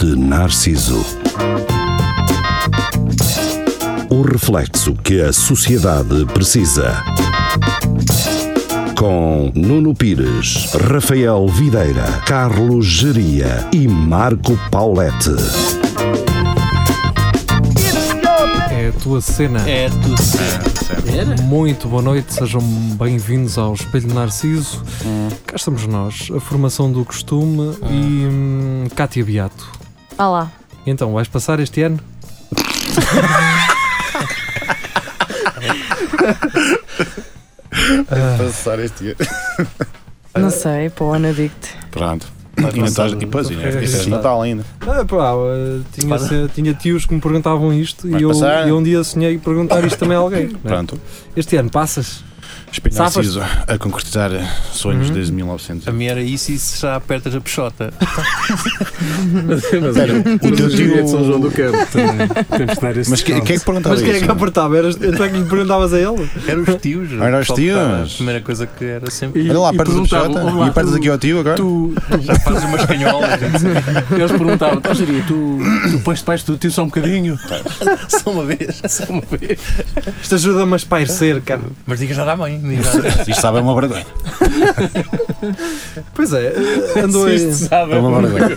de Narciso. O reflexo que a sociedade precisa. Com Nuno Pires, Rafael Videira, Carlos Geria e Marco Paulette. É a tua cena. É tu Muito boa noite, sejam bem-vindos ao Espelho de Narciso. Cá estamos nós, a formação do costume e hum, Cátia Beato. Olá. Então, vais passar este ano? passar este ano. Não sei, pô, Ana digo-te. Pronto. Ainda estás- E depois, ainda Ok. este é Natal ainda. Ah, pá, eh, tinha, se- tinha tios que me perguntavam isto Vai e eu, passar? e um dia sonhei perguntar isto também a alguém. não é? Pronto. Este ano passas? Espinho Safas? Narciso a concretizar sonhos desde 1900. A minha era isso e se já apertas a peixota. Espera, o teu tio. Campo Temos de dar esse Mas que- quem é que perguntava Mas quem é que isso? apertava? Eras, tu é que lhe perguntavas a ele? Era os tios. Ah, era os Só que era tios. A primeira coisa que era sempre. E, Olha lá, e apertas a perguntavam, "Olá, pichota e apertas tu- aqui ao tio agora? Tu, Já fazes umas canholas. tem que ser. eles perguntavam, "Ó, Jeria, tu, tu pões de baixo do tio só um bocadinho. Só uma vez. Só uma vez. Isto ajuda-me a espairecer, cara. Mas digas nada à mãe. digas nada. Isto sabe é uma vergonha. Pois é, eh, andou Se aí, isto sabe. É um uma vergonha.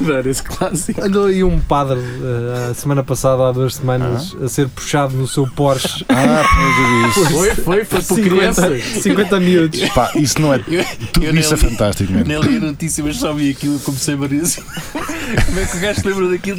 Dar esse clássico. andou aí um padre eh, a semana passada, há duas semanas, a ser puxado no seu Porsche Ah, pois eu vi isso. Foi, foi, foi por criança. 50 miúdos. Pá, isso não é. eu Tudo nem isso é li- fantástico, mesmo. Nem li a notícia, mas só vi aquilo e comecei a rir assim. Como é que o gajo se lembra daquilo?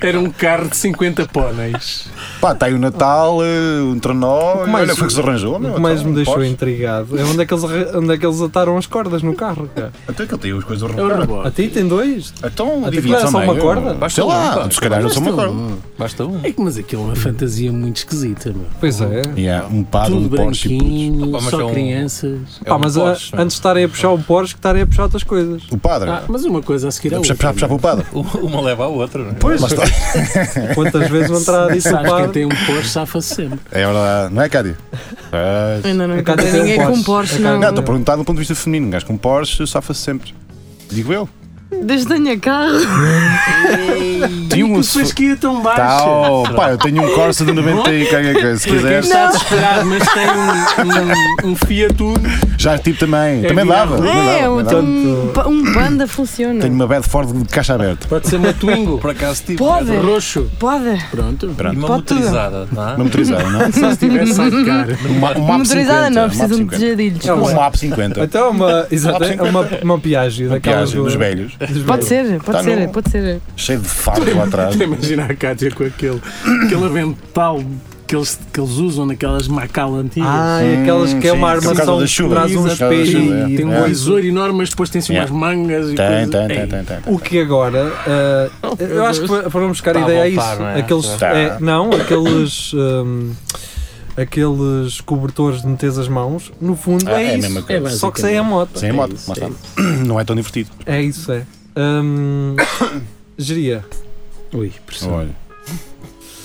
Era um carro de 50 póneis. Pá, está aí o Natal, eh, um O trenó. que mais- Olha, foi que se arranjou. O meu, que mais então, me deixou posso. intrigado é onde é, que eles, arra- onde é que eles ataram as cordas no carro. Cara. Até Então que ele tem as coisas É um arranjadas. A robô. ti tem dois? Então, Até que adivinha era só também, uma eu- corda? Sei lá, se calhar não só uma corda. Basta um. É que- Mas aquilo é uma fantasia muito esquisita, meu. Pois é. Yeah, um padre, Tudo um Porsche e putos. branquinho, Opa, mas é só um- crianças. É Pá, um mas uh, a- Porsche, antes de estarem um a puxar o Porsche, que estarem a puxar outras coisas. O padre. Ah, mas uma coisa a seguir a puxa, outra. puxa, puxa para o padre. tá, Uma leva à outra, não é? Pois. Lá está. Quantas vezes vão entrar a Sabes quem dissipar? tem um Porsche safa-se sempre. É verdade. Não é, Cádio? É. Ainda não Cá encontrei tem um ninguém Porsche. com Porsche, não. Não, estou a perguntar do ponto de vista feminino. Um gajo com Porsche safa-se sempre. Digo eu. Desde tenha carro. Tinha um. Mas que é tão baixa. Tal. Tá, Pá, eu tenho um Corsa de 90 e qualquer coisa. é? Se Para quem quiseres, está desesperado, mas tem um, um, um Fiat Uno. já tive também. É Também dava. viável. também É, dava, um, também dava. um, pa- um banda funciona. Tenho uma Bedford de caixa aberta. Pode ser uma Twingo. Por acaso tive. Pode, Roxo. pode. Pronto. E uma Pode tudo. motorizada, não é? Não motorizada, não é? Só se tivesse sidecar. Uma, um MAP Motorizada 50, não, um precisam de MAP 50. tejadilhos. É Um uma- MAP 50. Então é uma, exato, é 50. uma, uma piagem Uma daquelas piagem do- dos velhos. dos é. velhos. Pode ser, pode Tá ser, no- pode ser. Cheio de fardo lá atrás. Estou a imaginar a Cátia com aquele, aquele avental que eles, que eles usam naquelas macal antigas. Ah, é aquelas que é Sim, uma sim, por causa armação da que chuva. traz um Exato. espelho. Sim, e- tem um é. visor enorme, mas depois tem assim umas Yeah. mangas e Tem, coisas. É. tem, Ei, tem, tem, tem. O que agora, ah, eu acho que foram buscar Tá a ideia a voltar, isso. não é? Aqueles, Tá. é, não, aqueles, hum, aqueles cobertores de metes as mãos, no fundo Ah, é, é a isso. mesma coisa. É Só que sem a moto. Sem É moto. isso, Mas é tá. Não é tão divertido. É isso, é. Hum, geria, Ui, pressão. Olha.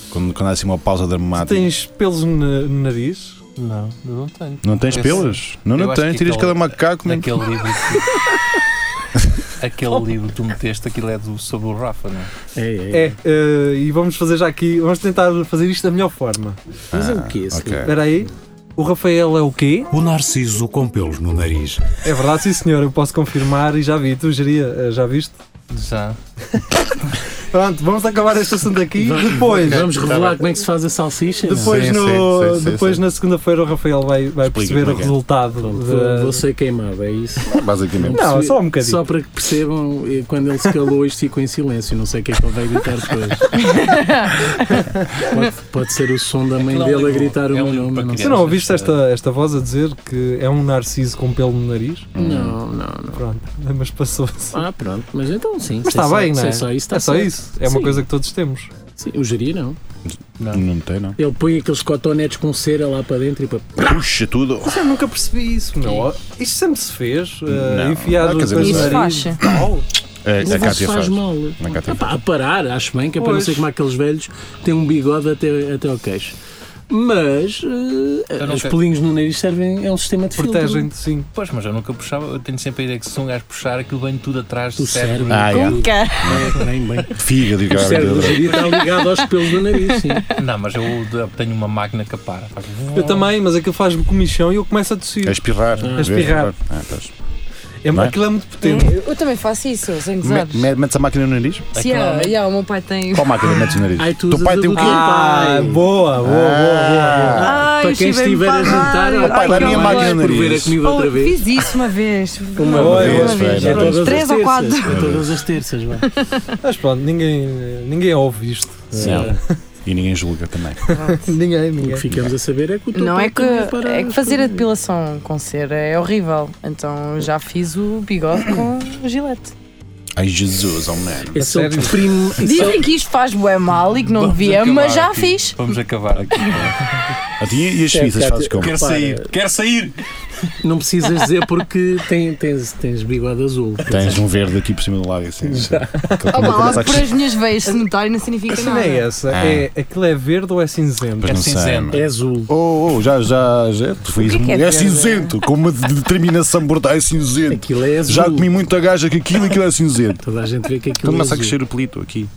Quando, quando há assim uma pausa tu dramática. tens pelos no, no nariz? Não, eu não tenho. Não é tens Esse- pelos? Não, eu não acho tens. que Tiras aquele- cada macaco. mesmo. Aquele livro que... Aquele livro que tu meteste, aquilo é do, sobre o Rafa, não é? É, É, é. ah, e vamos fazer já aqui, vamos tentar fazer isto da melhor forma. Mas é o que é isso? ok. Espera aí. O Rafael é o quê? O Narciso com pelos no nariz. É verdade, sim senhor, eu posso confirmar e já vi, tu geria, ah, já viste? Já. Pronto, vamos acabar este assunto aqui. Depois, Vamos revelar como é que se faz a salsicha? não é? Depois, Sim, no, sim, sim, sim, depois sim. na segunda-feira o Rafael vai, vai Explica perceber o como é que é. resultado. Pronto, da- vou, vou ser queimado, é isso. Basicamente. Não, Percebi- só um bocadinho. Só para que percebam eh, quando ele se calou isto ficou em silêncio. Não sei o que é que ele vai gritar depois. pode, pode ser o som da mãe Aquilo é um dele a livro- gritar é o um meu livro para nome. não Tu sei. crianças. não ouviste esta, esta voz a dizer que é um narciso com pelo no nariz? Não, não, não. Pronto, mas passou-se. Ah, pronto, mas então sim. Mas está bem, não é? É só isso, está é só certo. isso. É uma Sim. coisa que todos temos. Sim, o Jari não. Não, não tem, não. Ele põe aqueles cotonetes com cera lá para dentro e para. Puxa tudo. Mas eu nunca percebi isso, meu. Isto sempre se fez. eh, Não. enfiado Ah, quer dizer, coisas Isso no nariz. faz. Tal. É, Mas a isso Cátia faz faz. mal. A Cátia Ah, pá, a parar, acho bem, que é para não Pois. ser como aqueles velhos que têm um bigode até, até ao queixo. Mas eh, Eu não os quero. pelinhos no nariz servem, é um sistema de filtro. Protegem-te, sim. Pois, mas eu nunca puxava, eu tenho sempre a ideia que se um gajo puxar, aquilo vem tudo atrás Do do cérebro. cérebro. Ah, Com cara. É, bem, bem. Fígado e O cérebro do garganta. Jiri está ligado aos pelos do nariz, sim. Não, mas eu tenho uma máquina que apara. Faz- Eu também, mas aquilo faz-me comichão e eu começo a tossir. A É espirrar. A espirrar. Ah, pois. É, não é? Aquilo é muito potente. Eu, eu também faço isso, sem gozar. Me- me- Metes a máquina no nariz? Se Aquilo há, realmente- já, o meu pai tem. Qual máquina metes no nariz? Ai, tu Teu pai usas tem o a quê? do Ah, pai. boa, boa, boa, boa, boa. Para Ai, quem Chico, estiver vem-me a jantar, parar. ó, Ai, pá, que minha horror. máquina no Por ver nariz. a comida Oh, outra vez. Fiz isso uma vez. Uma Oi, vez, oi, vez. oi, Todas as Três ou terças, quatro. Todas as terças, vá. Ah. Mas pronto, ninguém, ninguém ouve isto. Não. E ninguém julga também. Ninguém, O que ninguém. ficamos a saber é que o teu Não pai é que, também para- é que fazer a depilação com cera é horrível. Então já fiz o bigode com o gilete. Ai Jesus, oh man. Esse é o Sério? primo- Dizem que isto faz bué mal e que não Vamos devia, acabar mas já aqui. fiz. Vamos acabar aqui. A ti e as suíças fazes como? Quero sair, quero sair! Não precisas dizer porque tem- tens, tens bigode azul. Tens um verde aqui por cima do lábio assim. Aquele que Oh, nunca lá pensava que- por as minhas veias se notarem não significa A cena nada. é essa. É, aquilo é verde ou é cinzento? Pois É não sei. cinzento. mano. É azul. Oh, oh, já, já, já. Tu foi O que é que é é verde? cinzento, com uma de- determinação brutal. É cinzento. Aquilo é azul. Já comi muita gaja que aquilo e aquilo é cinzento. Toda a gente vê que aquilo é Começa a azul. crescer o pelito aqui.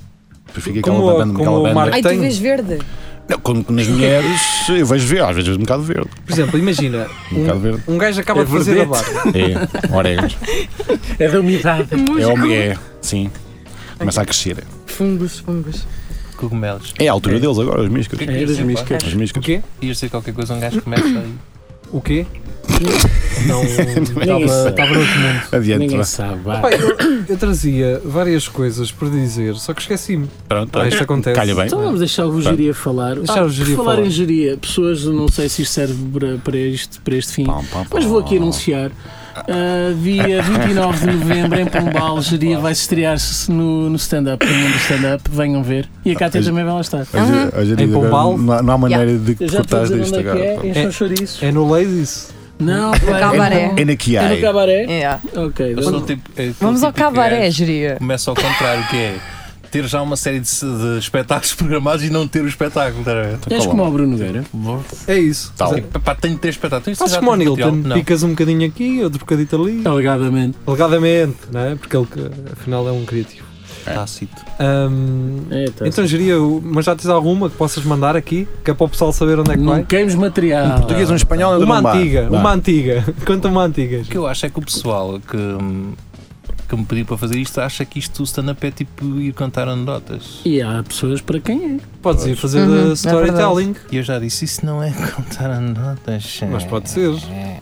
Depois fica Como aquela o- banda, como aquela o banda. Marco- Ai, tu Tenho. vês verde? Não, quando, nas mulheres, eu vejo ver, às vezes vejo um bocado verde. Por exemplo, imagina, Um bocado verde. um, um gajo acaba É de fazer a verdete. barba. É, orégãos. É da umidade. É Musgo. homem, é. Sim. Começa a crescer. Fungos, fungos. Cogumelos. É a altura deles agora, as miscas. O que é que É ias das dizer, pá? miscas. As O miscas. quê? Ias dizer qualquer coisa, um gajo começa aí. O quê? Não, Ninguém estava sabe. estava no outro mundo. Adiante. Ninguém vá. sabe. vá. Pá, eu, eu trazia várias coisas para dizer, só que esqueci-me. Pronto, Pá, isto acontece. calha bem. Então vamos deixar o geria falar. Ah, Deixar o Jiri por falar, falar. em geria, pessoas, não sei se isto serve para, para este, para este fim, Pam, pam, pam. mas vou aqui anunciar. Ah, dia 29 de novembro em Pombal, geria vai estrear-se no, no stand-up, no mundo do stand-up. Venham ver. E a Cátia Ah, também vai lá estar. Hoje- Uhum. hoje em Em dia, Pombal? Não há, não há maneira de Eu te já estou a cortares dizer disto onde é que agora. é, pá. é só chouriços. É no Ladies? Não, vai. cabaré. É na que É há. no cabaré? Yeah. Ok. Eu sou o tipo- é aquele Vamos ao típico cabaré, gajo geria. que Começa ao contrário, que é ter já uma série de, de espetáculos programados e não ter o espetáculo. tá Estás a ver? És como o Bruno Nogueira. É isso. Tal. Mas é- Pá, tenho três espetáculos. Fazes como o Nilton, Não. picas um bocadinho aqui, outro bocadito ali, Alegadamente. alegadamente, não é? Porque ele, que, afinal, é um criativo. Tácito. Ahm, É, tá. então, geria, o- mas já tens alguma que possas mandar aqui, que é para o pessoal saber onde é que não vai? queimos material. Português, um espanhol, Ah, Uma não vá. antiga, Vá. uma antiga. Conta uma antiga. O que eu acho é que o pessoal que, hum, que me pediu para fazer isto acha que isto o stand-up é tipo ir cantar anedotas. E há pessoas para quem é. Podes ir fazer Uhum, uh, é storytelling. E eu já disse, isso não é cantar anedotas. Mas pode ser. É.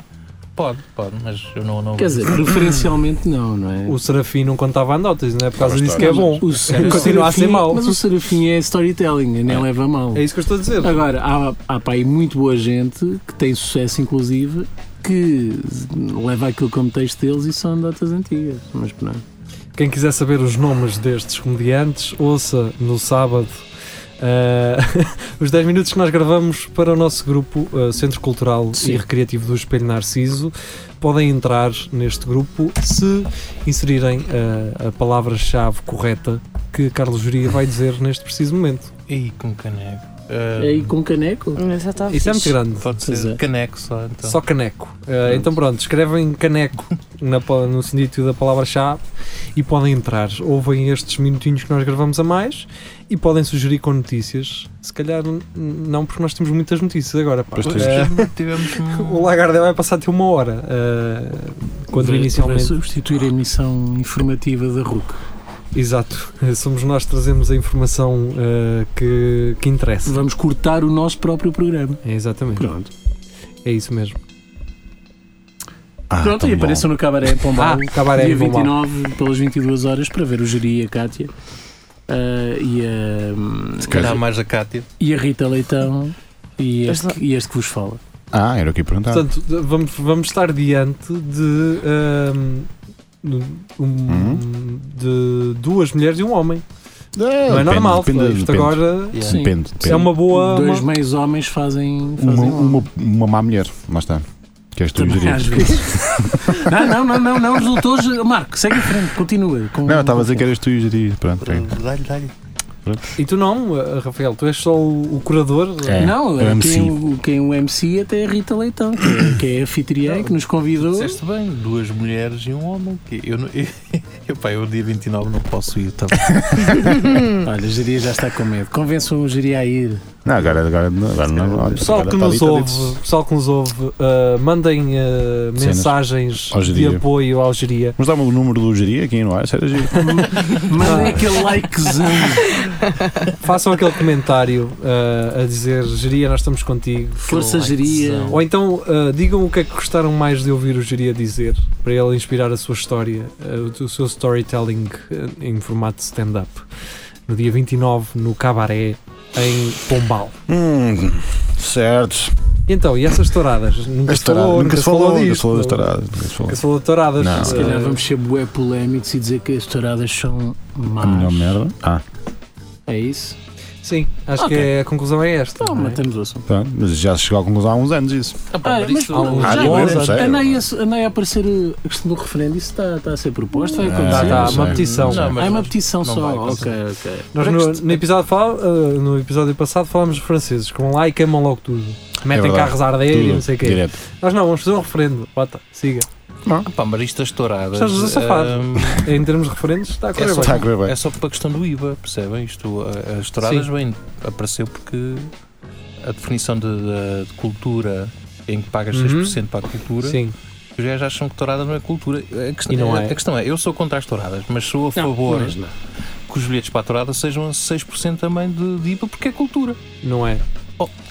Pode, pode, mas eu não. não Quer dizer, preferencialmente não, não é? o Serafim não contava anedotas, não é por causa Contava disso que é bom. O Era- continua a ser Serafim- mau. Mas o Serafim é storytelling, nem leva a mal. É isso que eu estou a dizer. Agora, há, há pá, aí muito boa gente que tem sucesso, inclusive, que leva aquilo como texto deles e são datas antigas. Mas pronto. Quem quiser saber os nomes destes comediantes, ouça no sábado eh, os 10 minutos que nós gravamos para o nosso grupo eh, Centro Cultural Sim. e Recreativo do Espelho Narciso. Podem entrar neste grupo se inserirem eh, a palavra-chave correta que Carlos Juria vai dizer neste preciso momento. Ih, com caneco. É aí com caneco? Já está Isso é muito grande. Pode Pois ser é. caneco só, então. Só caneco. Eh, então pronto, escrevem caneco na pa- no sentido da palavra-chave e podem entrar. Ouvem estes minutinhos que nós gravamos a mais e podem sugerir com notícias. Se calhar n- não, porque nós temos muitas notícias agora. pá. Pois Hoje Eh, tivemos um- o Lagarde vai passar até uma hora. eh, quando Para- Para inicialmente. substituir a emissão informativa da RUC. Exato. Eh, Somos nós que trazemos a informação eh, que, que interessa. Vamos cortar o nosso próprio programa. É, exatamente. Pronto. É isso mesmo. Ah, Pronto, tão e bom. apareçam no Cabaré em Pombal. Ah, Cabaré em dia Pombal. 29, pelas 22 horas, para ver o Jeri e a Cátia. Ah, e a. hum, Se Calhar calhar- mais a Cátia. E a Rita Leitão e Mas este, e este que vos fala. Ah, era o que ia perguntar. Portanto, de- vamos, vamos estar diante de, ahm, um, de duas mulheres e um homem. É, Não é Uhum. depende, normal. Depende, isto depende, agora Yeah. Sim. depende, depende. é uma boa. Dois uma- meios homens fazem. fazem uma, mal. uma, uma má mulher. Lá está. Que és tu, Também Júlio. às vezes. não, não, não, não, não, os doutores. Marco, segue em frente, continua. com- Não, eu estava a dizer que eras tu e o Júlio. Pronto, ok. Dá-lhe, dá-lhe. Pronto. E tu não, eh, Rafael, tu és só o, o curador. É, Não, é o MC. quem, o- quem o MC até é a Rita Leitão, que é, que é a anfitriã que nos convidou. Disseste bem, duas mulheres e um homem. que Eu, não- eu, pá, eu dia 29 não posso ir, tá bom. Olha, o Jeria já está com medo. Convençam o Jeria a ir. Não, agora, agora, não- agora não. olha, Pessoal que, agora tá está nos dito, ouve, dito. pessoal que nos ouve, eh, mandem eh, Cenas. mensagens Ao de geria. apoio à Algeria. Vamos dar o número do geria aqui no ar, sério, giro. Mandem é aquele likezão. Façam aquele comentário eh, a dizer Geria, nós estamos contigo. Força Aquele Jeria. likezão. Ou então eh, digam o que é que gostaram mais de ouvir o Geria dizer, para ele inspirar a sua história, eh, o, o seu storytelling eh, em formato de stand-up. No dia 29, no Cabaré, em Pombal. Hum, certo. E então, e essas touradas? Nunca, As se falou, touradas. Nunca se falou, nunca se disto. falou das touradas. nunca se falou. Nunca se falou de touradas. Não. Se Eh, calhar vamos ser bué polémicos e dizer que as touradas são A melhor más. merda. Ah, É isso? Sim, acho Ok. que é- a conclusão é esta. Então não é? matamos o assunto. pronto. Mas já se chegou à conclusão há uns anos isso. Ah, mas mas isso- não, Ah, já não, agora, não sei. a Naya- a Naya aparecer uh, a questão do referendo, isso está está a ser proposto, vai Ah, acontecer. tá, não uma sei. petição. Não sei. Não, mas- Ah, é uma petição não só, vai ok, acontecer. ok. Nós Por no, acaso- no episódio fal- eh, no episódio passado falámos dos franceses, que vão lá e queimam logo tudo. Metem É verdade. carros a arder e Tudo, É, não sei o quê. Direto. Nós não, vamos fazer um referendo. Bota, siga. Ah, Pá, mas isto das touradas. Estás-nos a safar. hum, Em termos de referendos, está a correr É só- Está bem. a correr bem. é só para a questão do IVA, percebem? Isto, a- as touradas Sim. bem apareceu porque a definição de, de- de cultura em que pagas Uhum. 6% para a cultura, Sim, os gajos acham que tourada não é cultura. A questão, E não é. a questão é, eu sou contra as touradas, mas sou a favor mas não. que os bilhetes para a tourada sejam a 6% também de, de IVA porque é cultura. não é.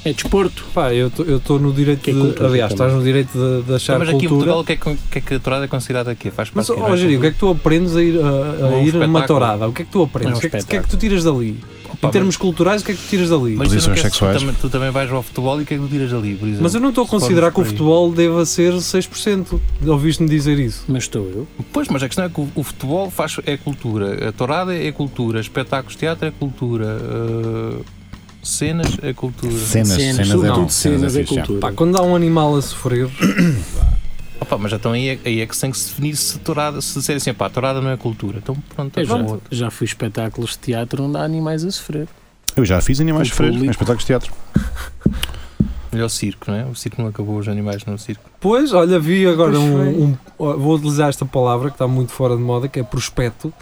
É desporto. Pá, eu estou no direito Que é de. cultura aliás, também. estás no direito de, de achar mas aqui em cultura. Portugal o que é, que- o que, é que a tourada é considerada aqui? Faz mas, parte ó, Jerio, o que é que tu aprendes a ir, a, a Um ir numa espetáculo. tourada? O que é que tu aprendes? É um o, que é que, o que é que espetáculo. tu tiras dali? Opa, em termos culturais, o que é que tu tiras dali? mas tu não Posições queres- tu sexuais. também- Tu, também vais ao futebol e o que é que tu tiras ali, por exemplo? Mas eu não estou a Se formos considerar que o por aí. futebol deva ser 6%. Ouviste-me dizer isso? Mas estou eu. Pois, mas a questão é que o, o futebol faz, é cultura, a tourada é cultura, espetáculos de teatro é cultura, eh, cenas é cultura. Cenas, cenas, é bom, sobretudo cenas cenas, é fixe, já. cultura. Pá, quando há um animal a sofrer, Opa, mas então aí é, aí é que tem que se definir se tourada, se disserem assim, pá, tourada não é cultura. Então pronto, Eu é já, bom. já fui a espetáculos de teatro onde há animais a sofrer. Eu já fiz animais O sofrer em público. espetáculos de teatro. Melhor circo, não é? O circo não acabou, os animais no circo. Pois, olha, vi agora Pois foi. um, um- ó, Vou utilizar esta palavra que está muito fora de moda, que é prospecto.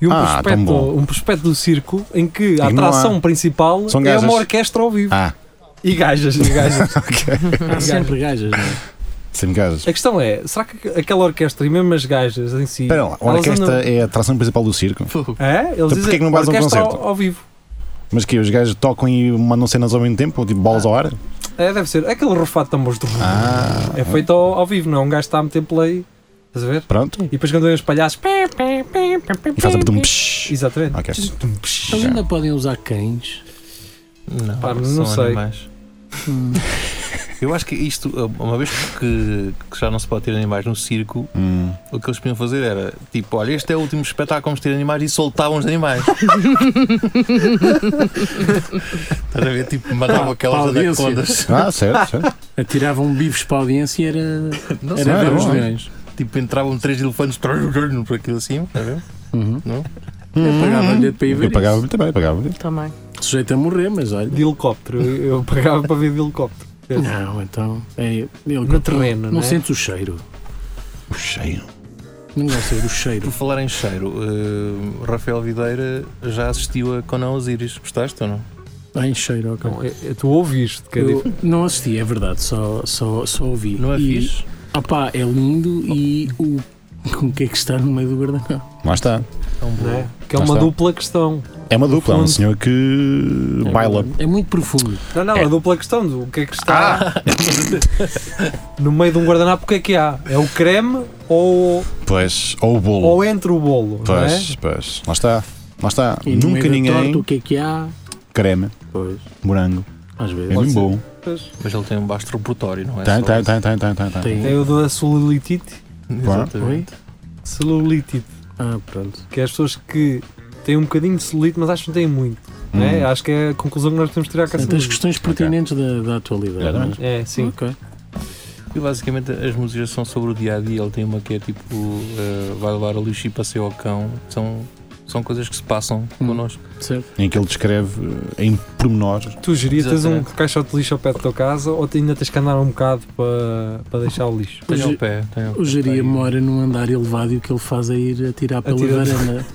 E um, Ah, tão prospecto, bom. um prospecto do circo em que a E não há- atração principal São é gajas. uma orquestra ao vivo. Ah, E gajas, e Hum. gajas. Há sempre gajas, não é? sem gajas. a questão é: será que aquela orquestra e mesmo as gajas em si. Espera lá, a elas orquestra andam- é a atração principal do circo. É? Eles porquê dizem que não vais a um orquestra ao, concerto? ao vivo. Mas que os gajos tocam e mandam cenas ao mesmo tempo, tipo bolas ao ar? É, deve ser. É aquele refado de tambores do. Ah, É feito ao, ao vivo, não é? Um gajo está a meter play. Estás a ver? pronto. E depois quando vem os palhaços. E fazem um psh. Tá Exatamente. Ok. Eles ainda podem usar cães. Não, Pá, são não sei. Hum. animais. Eu acho que isto, uma vez que, que já não se pode ter animais no circo, Hum. o que eles podiam fazer era tipo: olha, este é o último espetáculo, vamos ter animais e soltavam os animais. Estás a ver? Tipo, matavam Ah, aquelas audiência. anacondas. Ah, certo, certo. Atiravam bifes para a audiência e era, Não sei, era era ver os bom. leões. Tipo, entravam três elefantes trum, trum, por aquilo assim, estás a ver? Uhum. Não? Eu pagava bilhete para ir ver Eu pagava isso. também, pagava. Também. Sujeito a morrer, mas olha. De helicóptero. Eu eu pagava para ver de helicóptero. Não, então. É, ele- No terreno, Não, não é? sentes o cheiro. O cheiro. Não gostas do cheiro. Por falar em cheiro, eh, Rafael Videira já assistiu a Conan Osiris. Gostaste ou não? Ah, em cheiro, ok. Não, é- é- tu ouviste, que é Eu diferente. não assisti, é verdade, só, só, só ouvi. Não é e, fixe? opá, é lindo e o. Com o que é que está no meio do guardanão? Lá está. É um não bom. é? Que é Lá uma está. dupla questão. É uma dupla, é um Fundo. senhor que baila. É muito profundo. Não, não, É. a dupla questão do o que é que está no meio de um guardanapo, o que é que há? É o creme ou, Pois, ou o bolo. ou entre o bolo, não é? Pois, pois. Lá está. Lá está. E no meio Nunca da ninguém. Torta, o que é que há? Creme, Pois, morango. às É vezes. muito bom. Pois. Mas ele tem um baixo repertório, não é? Tem, só tem, isso. tem, tem, tem, tem. tem. Tem. É o da celulitite. Oi? Exatamente. Celulitite. Ah, pronto. que é as pessoas que têm um bocadinho de celulite, mas acham que têm muito. Hum. não é? Acho que é a conclusão que nós temos que tirar com essa Portanto, as questões pertinentes da, da atualidade. não é? Exatamente. É, sim. Ok. E basicamente as músicas são sobre o dia a dia. Ele tem uma que é tipo eh, Vai levar a lixo e passeio ao cão. São, São coisas que se passam Hum. connosco. certo. Em que ele descreve eh, em pormenor. Tu gerias, tens um Exatamente. caixote de lixo ao pé da tua casa ou te- ainda tens que andar um bocado para, para deixar o lixo? Mas Tenho o pé. Tá Tenho O Jaria mora num andar elevado e o que ele faz é ir atirar pela Atira- varanda.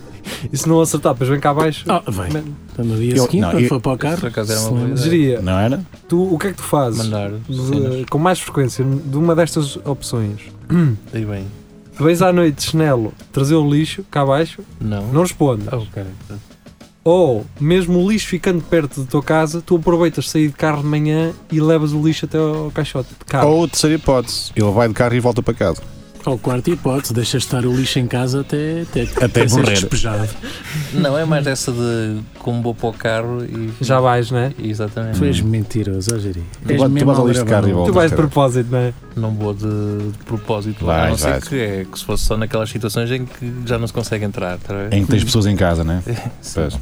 E se não acertar, depois vem cá abaixo. Ah, vai. Man- Então, no dia Eu- seguinte, não, quando eu- foi para o carro, Por acaso era uma se boa lembra. ideia. Geria, Não era? tu, o que é que tu fazes? Mandar. De- cenas. com mais frequência, de uma destas opções. Aí bem. Vens à noite de chinelo trazer o lixo cá abaixo, Não. não responde. Ah, ok. Ou, mesmo o lixo ficando perto da tua casa, tu aproveitas sair de carro de manhã e levas o lixo até ao caixote de carro. Ou a terceira hipótese, ele vai de carro e volta para casa. ao quarto hipótese, deixa estar o lixo em casa até, até, Até seres morrer. despejado. Não, é mais essa de como vou para o carro e. Já vais, não é? Exatamente. Tu és mentiroso, ó Jaria. Tu vais- tu vais ao lixo de carro e volta. tu vais de caralho. propósito, não é? Não vou de, de propósito. Vai, a não vai. ser que, é, que se fosse só naquelas situações em que já não se consegue entrar. Tá a ver? Em que tens pessoas em casa, né? Pois.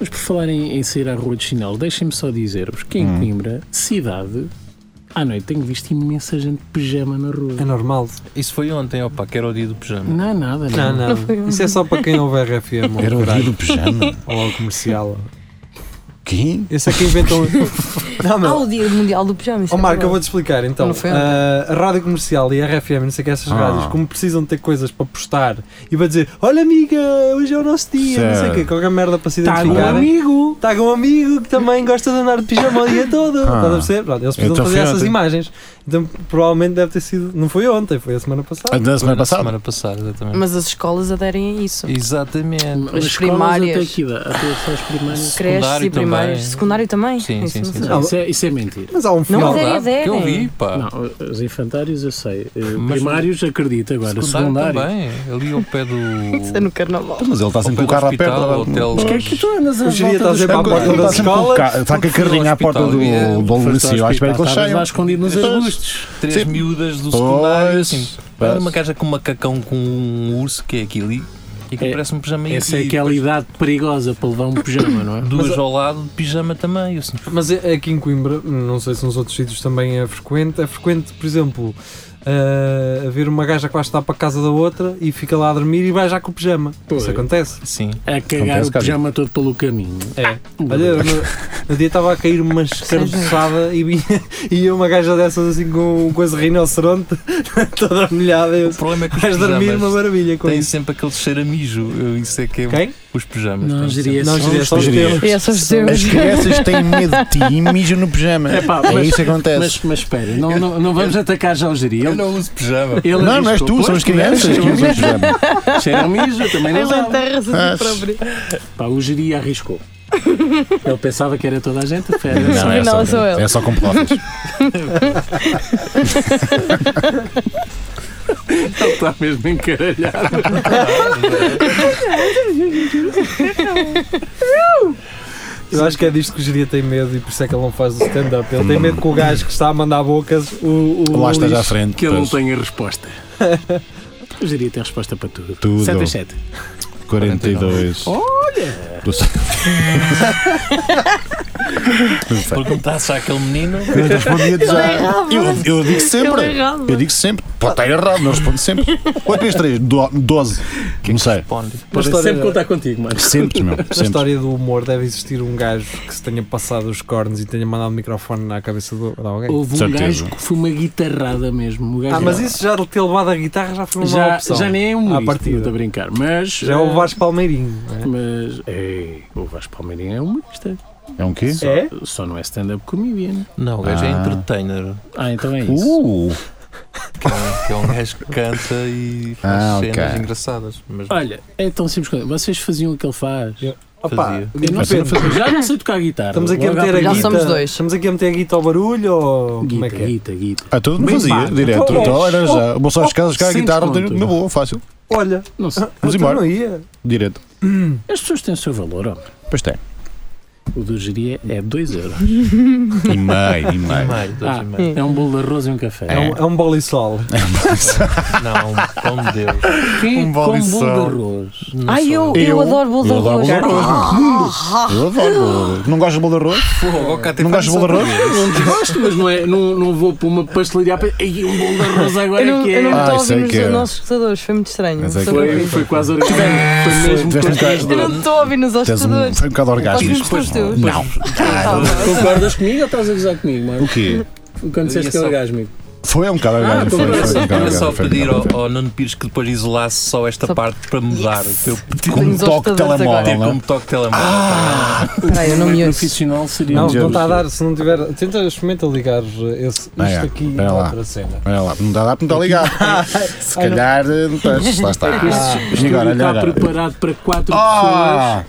Mas por falar em, em sair à rua de chinelo, deixem-me só dizer-vos que em Hum. Coimbra, cidade, à noite tenho visto imensa gente de pijama na É rua. normal. Isso foi ontem, opa, que era o dia do pijama. Não há nada, Não, não. foi não. um- Isso é só para quem ouve RFM ou, Era um o dia caralho, do pijama. ou ao comercial. Quê? Esse é que inventam. não, Ah, meu. o Dia Mundial do Pijama. isso Ó é Marco, eu verdade. vou-te explicar então. Não foi um ontem. Ah, a rádio comercial e a RFM, não sei o que, essas Ah. rádios, como precisam de ter coisas para postar e para dizer: Olha, amiga, hoje é o nosso dia, não sei o Certo. que, qualquer merda para se Tá um identificarem. amigo. Está com um amigo que também gosta de andar de pijama o dia todo. Ah. Estás a perceber? Pronto, eles precisam Então fazer foi essas ontem. imagens. Então provavelmente deve ter sido. Não foi ontem, foi a semana A passada. da semana Na passada? Semana passada, exatamente. Mas as escolas aderem a isso. Exatamente. As escolas primárias. Até aqui, dá, até só as primárias. Creches e Secundário primárias. também. Secundário também? Sim, Isso sim, não sim, sei. Não, isso, é, isso é mentira. Mas há um Não, final. mas é- Verdade, ideia, que eu né? vi, pá. Não, os infantários eu sei. eh, Mas- primários acredito agora. secundário Secundário. também. Ali ao pé do. Isso é no carnaval. Então, Mas ele está ao pé sempre do com o carro à perna. hospital, hotel. Mas que é que tu andas a O Jaria está a dizer tá para a porta Ele da está sempre com o escola. carro. Está com a carrinha à porta do Foste do Alessio, à espera que ele Estavas lá saia. escondido nos Pois. arbustos. Três Sim. miúdas do secundário. Pois. Assim, Pois. olha uma caixa com um macacão com um urso, que é aquilo. E e que É- parece um pijama Essa é e aquela idade perigosa para levar um pijama, não é? Duas Mas- ao lado de pijama também. eu assim, Mas é- aqui em Coimbra, não sei se nos outros sítios também é frequente, é frequente, por exemplo, ah, haver uma gaja que vai estar para a casa da outra e fica lá a dormir e vai já com o pijama. Pois. Isso acontece. Sim. A cagar Acontece, o cara. pijama todo pelo caminho. É. Olha, no, no dia estava a cair uma escarbuçada e vinha e ia uma gaja dessas assim com, com esse rinoceronte toda molhada. e Eu, O problema é que os vais dormir uma pijamas maravilha com têm isso. sempre aquele cheiro a mijo. eu- Isso é que é Quem? os pijamas. Não, têm diria Não, só Júlia, os só os Júlia. teus. É só os teus. As crianças têm medo de ti e mijam no pijama. É pá, É mas- isso que acontece. Mas, mas espera, não, não, não vamos atacar já o Jiri. Eu Ele, não uso pijama. ele Não, não és tu, são as crianças que usam pijama. Cheira um mijo, eu também não Ele sabe. enterra-se a si próprio. Pá, o Jiri arriscou. Ele pensava que era toda a gente, foi, era só- Não, é Não, só, sou eu. é só com pelotas. é. ele está mesmo encaralhado. Eu acho que é disto que o Geria tem medo e por isso é que ele não faz o stand-up. Ele tem medo que o gajo que está a mandar bocas o, o Lá estás lixo. à frente. Que ele não pois. tem a resposta. O Jiri tem resposta para tudo. Tudo. 7 a 7. 42. Olha! Porque perguntasse àquele menino. Eu respondia-te já. Ele errava. Eu, eu digo Ele sempre. errava. Eu digo sempre. Pode estar errado, não respondo sempre. 4, 3, 3, 12. Não sei. Responde. Mas história- sempre contar contigo, mano. Sempre, meu. Na Sempre. história do humor deve existir um gajo que se tenha passado os cornos e tenha mandado o microfone na cabeça do- de alguém. Houve um Certeza. gajo que foi uma guitarrada mesmo. O gajo Ah, mas isso já de ter levado a guitarra já foi uma já, opção. já nem é um À partida. estou a brincar. Mas, Já é o eh, Vasco Palmeirinho. não é? Mas ei, o Vasco Palmeirinho é humorista. É um quê? Só, É? só não é stand-up comedian. Não, o gajo é Ah. entertainer. Ah, então é isso. Uh! Que é, um- que é um gajo que canta e faz Ah, cenas ok. engraçadas. Mas Olha, é tão simples quanto. Vocês faziam o que ele faz? Eu- é? Opa, Fazia. Mas eu não depende. fazia. Já não sei tocar guitarra. Estamos aqui a Logo à meter a primeira- Já guita. somos dois. Estamos aqui a meter a guita ao barulho ou como é Guita, que é? guita, guita. Ah, tu não Bem fazia, pago. direto. Então, Então era oh, já. Vou só às casas, cá a sem guitarra, desconto. na boa, fácil. Olha, Não sei. Vamos eu embora. não ia. Direto. As pessoas têm o seu valor, homem. Pois tem. O do geria é 2 euros. E meio, e meio. Meio, dois Ah. e meio. É um bolo de arroz e um café. É, um, é um bolisol. Não, um pão de Deus. Quem é Um bolo come e bolo sal. de arroz? Não Ai, sou eu, eu, Eu- adoro bolo de eu adoro arroz. Ah. bolo de arroz, Eu adoro bolo de arroz. Não gostas de bolo de arroz? Fogo, cá tem Não gostas de bolo de arroz? Não desgosto, mas não, é, não, não vou para uma pastelaria. para- Ei, um bolo de arroz agora Eu não, que é. eu não Ah, estou a isso é ouvir nos que é. nossos escutadores, foi muito estranho. Mas é que- Foi, foi quase orgânico. Foi mesmo Tiveste um bocado- Eu não estou a ouvir nos Tens um, escutadores. foi um bocado Nós orgásmico. vimos todos teus. Não. Concordas comigo ou estás a gozar comigo, O mano? quê? Quando disseste que é Ia só- orgásmico. Foi um bocado orgásmico. então foi, era foi um só- bocado Queria é só orgásmico, foi um pedir bocado ao, ao Nuno Pires que depois isolasse só esta Só- parte para mudar. Para eu orgásmico. Com um Temos toque aos telemóvel, ter não como é? toque de telemóvel. Tipo, Peraí, eu não O me ouço. profissional seria. Não, um não está a jogo. dar, se não tiver. Tenta, experimenta ligar esse, isto Ah, é. aqui Pera à lá. outra cena. Olha lá, não dá, dá para não está Ah, ligado. Se calhar, eh, não estás. Lá está. Ah, E Estúdio agora, olha está agora. preparado para quatro Ah!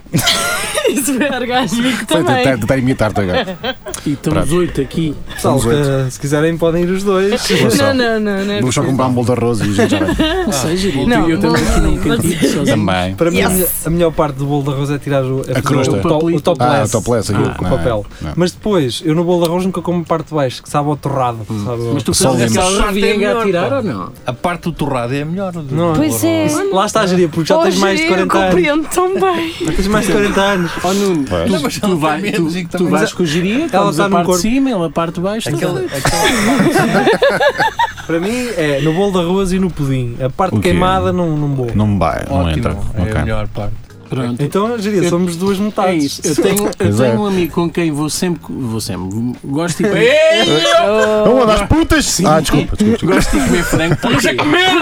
Isso foi orgásmico Foi tentar, também. tentar imitar-te agora. pessoas e estamos Pronto. oito aqui. Pessoal, Somos oito. que, se quiserem podem ir os dois. Não, não, não. não é Vou só comprar um bolo de arroz e a gente já vai. Ou seja, eu Não, eu também aqui num mas- cantinho sozinho. Também. Para mim, a Yes. melhor- a melhor parte do bolo de arroz é tirar o, é A fazer crosta. o, to, o Papelito. Ah, topless. o topless, com- aquilo. com Ah, papel. não. Mas depois, eu no bolo de arroz nunca como parte de baixo, que sabe ao torrado. Hum. Sabe? Mas tu Só sabes lemos. aquela Melhor, ravinha pá. a tirar ou não? A parte do torrado é a melhor. do- Não é? Pois é. Lá está a gerir, porque já Oh, tens mais de Jeria, eu 40 anos. compreendo tão bem. Tens mais de 40 anos. Oh Nuno, tu, Não, mas tu ela vai- também é tu- música tu também. vais com o geria, estamos está a num parte corpo. de cima, ele a parte de baixo. está Aquela, bem. aquela Para mim é no bolo de arroz e no pudim. A parte O quê? queimada não, não vou. Não vai, não ótima, entra. é a Ok. melhor parte. Pronto. Então, geria, Eu- somos duas É metades. isso. Eu tenho, eu Pois é. tenho um amigo com quem vou sempre. Vou sempre. Gosto de comer. Ei, Não, É uma das putas! Sim. Ah, desculpa, desculpa. desculpa. gosto de comer frango. Mas é comer!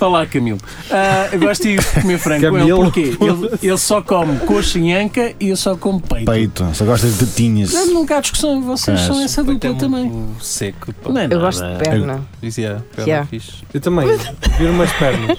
Olá, Camilo. Ah, eu gosto de comer frango com ele Camilo. porque ele, ele só come coxa e anca e eu só como peito. é Peito, só gostas de tetinhas. Não, nunca há discussão. Vocês É, são essa Até dupla também. muito seco. pá. Não é Eu nada. gosto de perna. Isso é, cara, Yeah. fixe. Eu também. Viro umas pernas.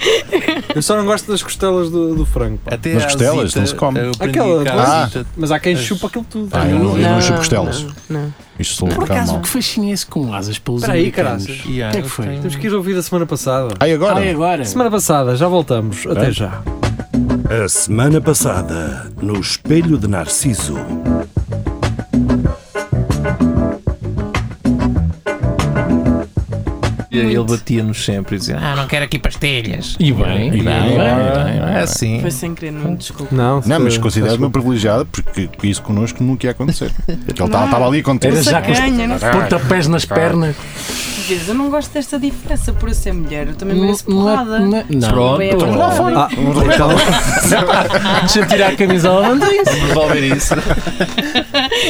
Eu só não gosto das costelas do, do frango. pá. Até Mas a costelas, azita, não se come. eu aprendi Aquela cá a coisa. azita. Mas há quem As- chupa aquilo tudo. Ah, eu não, eu não Não, chupo costelas. não, não. Isto sou um Por bocado acaso, mau. o que fascinei-se com asas pelos Espera aí, americanos. caraças. O Yeah, que é que eu foi? tenho- Temos que ir ouvir a semana passada. Ai, agora? Ai, agora. Semana passada, já voltamos. Até É? já. A semana passada, no Espelho de Narciso. E aí Ele batia-nos sempre e dizia: Ah, não quero aqui pastelhas. E bem, E bem, e bem, e bem. É assim. Foi sem querer, não, desculpa. Não, Não, mas se- considero-me privilegiado porque isso connosco nunca ia acontecer. Ele estava estava ali contigo. Era já com os- Ganha, não Pontapés nas pernas. Vês, eu não gosto desta diferença por eu ser mulher, eu também mereço Não- é- porrada. não- Não. Pronto. Bem, agora também. Ah, Um então, Deixa-me tirar a camisola, não tem isso. Vamos resolver isso.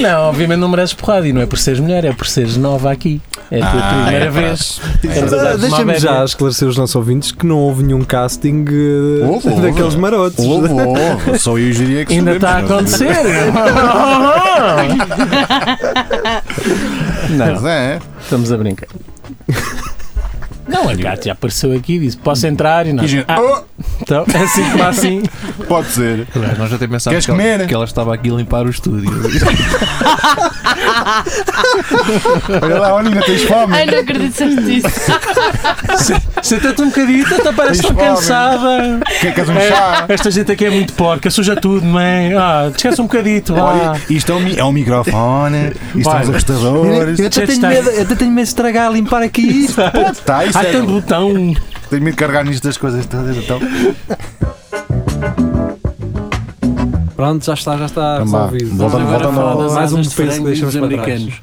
Não, obviamente não mereces porrada e não é por seres mulher, é por seres nova aqui. É a tua primeira é vez. Estamos a dar-te ah, uma Deixa-me beca. já esclarecer os nossos ouvintes que não houve nenhum casting eh, Houve, houve. daqueles marotos. Ouve, ouve, só eu diria que Ainda sabemos, está a mas- acontecer. Mas não, é. estamos a brincar. Não, a Cátia apareceu aqui e disse: Posso entrar? E não. E a gente, Ah, oh, então, assim como assim. pode ser. Nós já até pensávamos Queres que ela, comer? que ela estava aqui a limpar o estúdio. Olha lá, olha, ainda tens fome. Ai, não acredito que disseste isso. Senta-te um bocadinho, até parece tão Tens fome. cansada. Quer- Queres um Ah. chá? Esta gente aqui é muito porca, suja tudo, mãe. Ah, descansa um bocadito, vá. Olha, isto é um, mi- é um microfone, isto Vai. é uns restauradores. Eu até tenho Está- é- medo, eu até tenho medo de estragar, limpar aqui. Pode estar, isso Há tanto é. botão. Tenho medo de carregar nisto das coisas todas, então. Pronto, já está, já está Então vá, resolvido. volta- Agora volta- fala das mais um asas de peso que frango e deixamos dos para trás. americanos.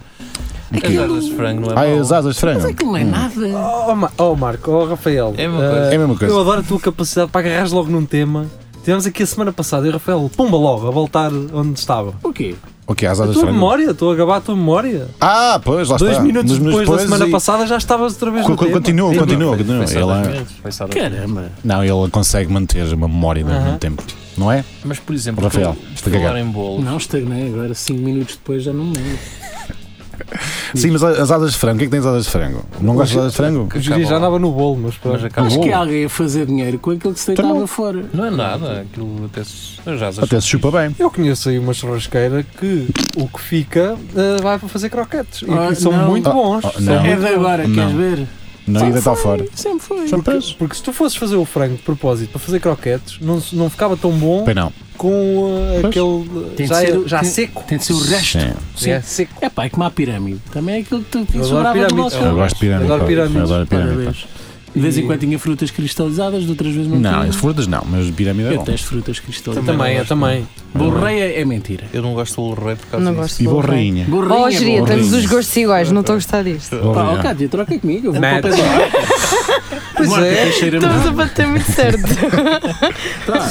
As asas de frango não é Ai, mau. as asas de frango. Aquilo não é nada. Oh, Ma- oh, Marco, oh Rafael, É a mesma coisa. eh, É a mesma coisa. eu adoro a tua capacidade para agarrares logo num tema. Tivemos aqui a semana passada e o Rafael, pumba logo, a voltar onde estava. O quê? O que é as A asas de tua frango? memória, estou a acabar a tua memória. Ah, pois, lá Dois está. minutos Nos meus depois da semana e- passada já estavas outra vez Co- no co- tema. Continua, Sim, continua, continua. Foi só dois Ele, é- minutos, foi só dois minutos. Caramba. não, ele consegue manter uma memória durante Aham. muito tempo. Não é? Mas, por exemplo, Rafael, por está falar cagado. em bolo. Não, estagnei agora, 5 minutos depois já não me lembro. Sim, mas as asas de frango, o que é que tens asas de frango? Não gostas de asas de frango? O Jiri já andava no bolo, mas pronto. Mas é- acaba. Acho Bom. que há alguém a fazer dinheiro com aquilo que se Então deitava não. fora. Não é nada, aquilo até se. As asas. Até se chupa bem. Eu conheço aí uma churrasqueira que o que fica eh, vai para fazer croquetes. E Ah, que são não. muito bons. Ah, São não. É muito de bons. agora, Não. queres ver? Não, ainda está fora. Sempre foi. São pés. Porque se tu fosses fazer o frango de propósito para fazer croquetes, não, se- não ficava tão bom Pois não. com uh, Pois. aquele. Tem de já ser é- o- já tem- seco. Tem de ser o resto. Sim. Sim. É seco. É pá, é como a pirâmide. Também é aquilo que tu adoro sobrava do pirâmide. nosso Eu Eu campo. gosto de pirâmide. Adoro pá. pirâmides. Adoro pirâmide. Parabéns. De vez em quando tinha frutas cristalizadas, de outras vezes não, Não, tinha. as frutas não, mas pirâmide é Eu bom. testo frutas cristalizadas. Também, eu também. Borreia é mentira. Eu não gosto do rei por causa Não disso. gosto E de borraia. borrainha. Borreia Oh, é geria, bom. temos os gostos iguais, não estou a gostar disto. Pá, ó Borrainha. Cátia, troca comigo. Eu vou Matt. para o Pedro. Pois Marta é. Teixeira Estamos a Moura. bater muito certo.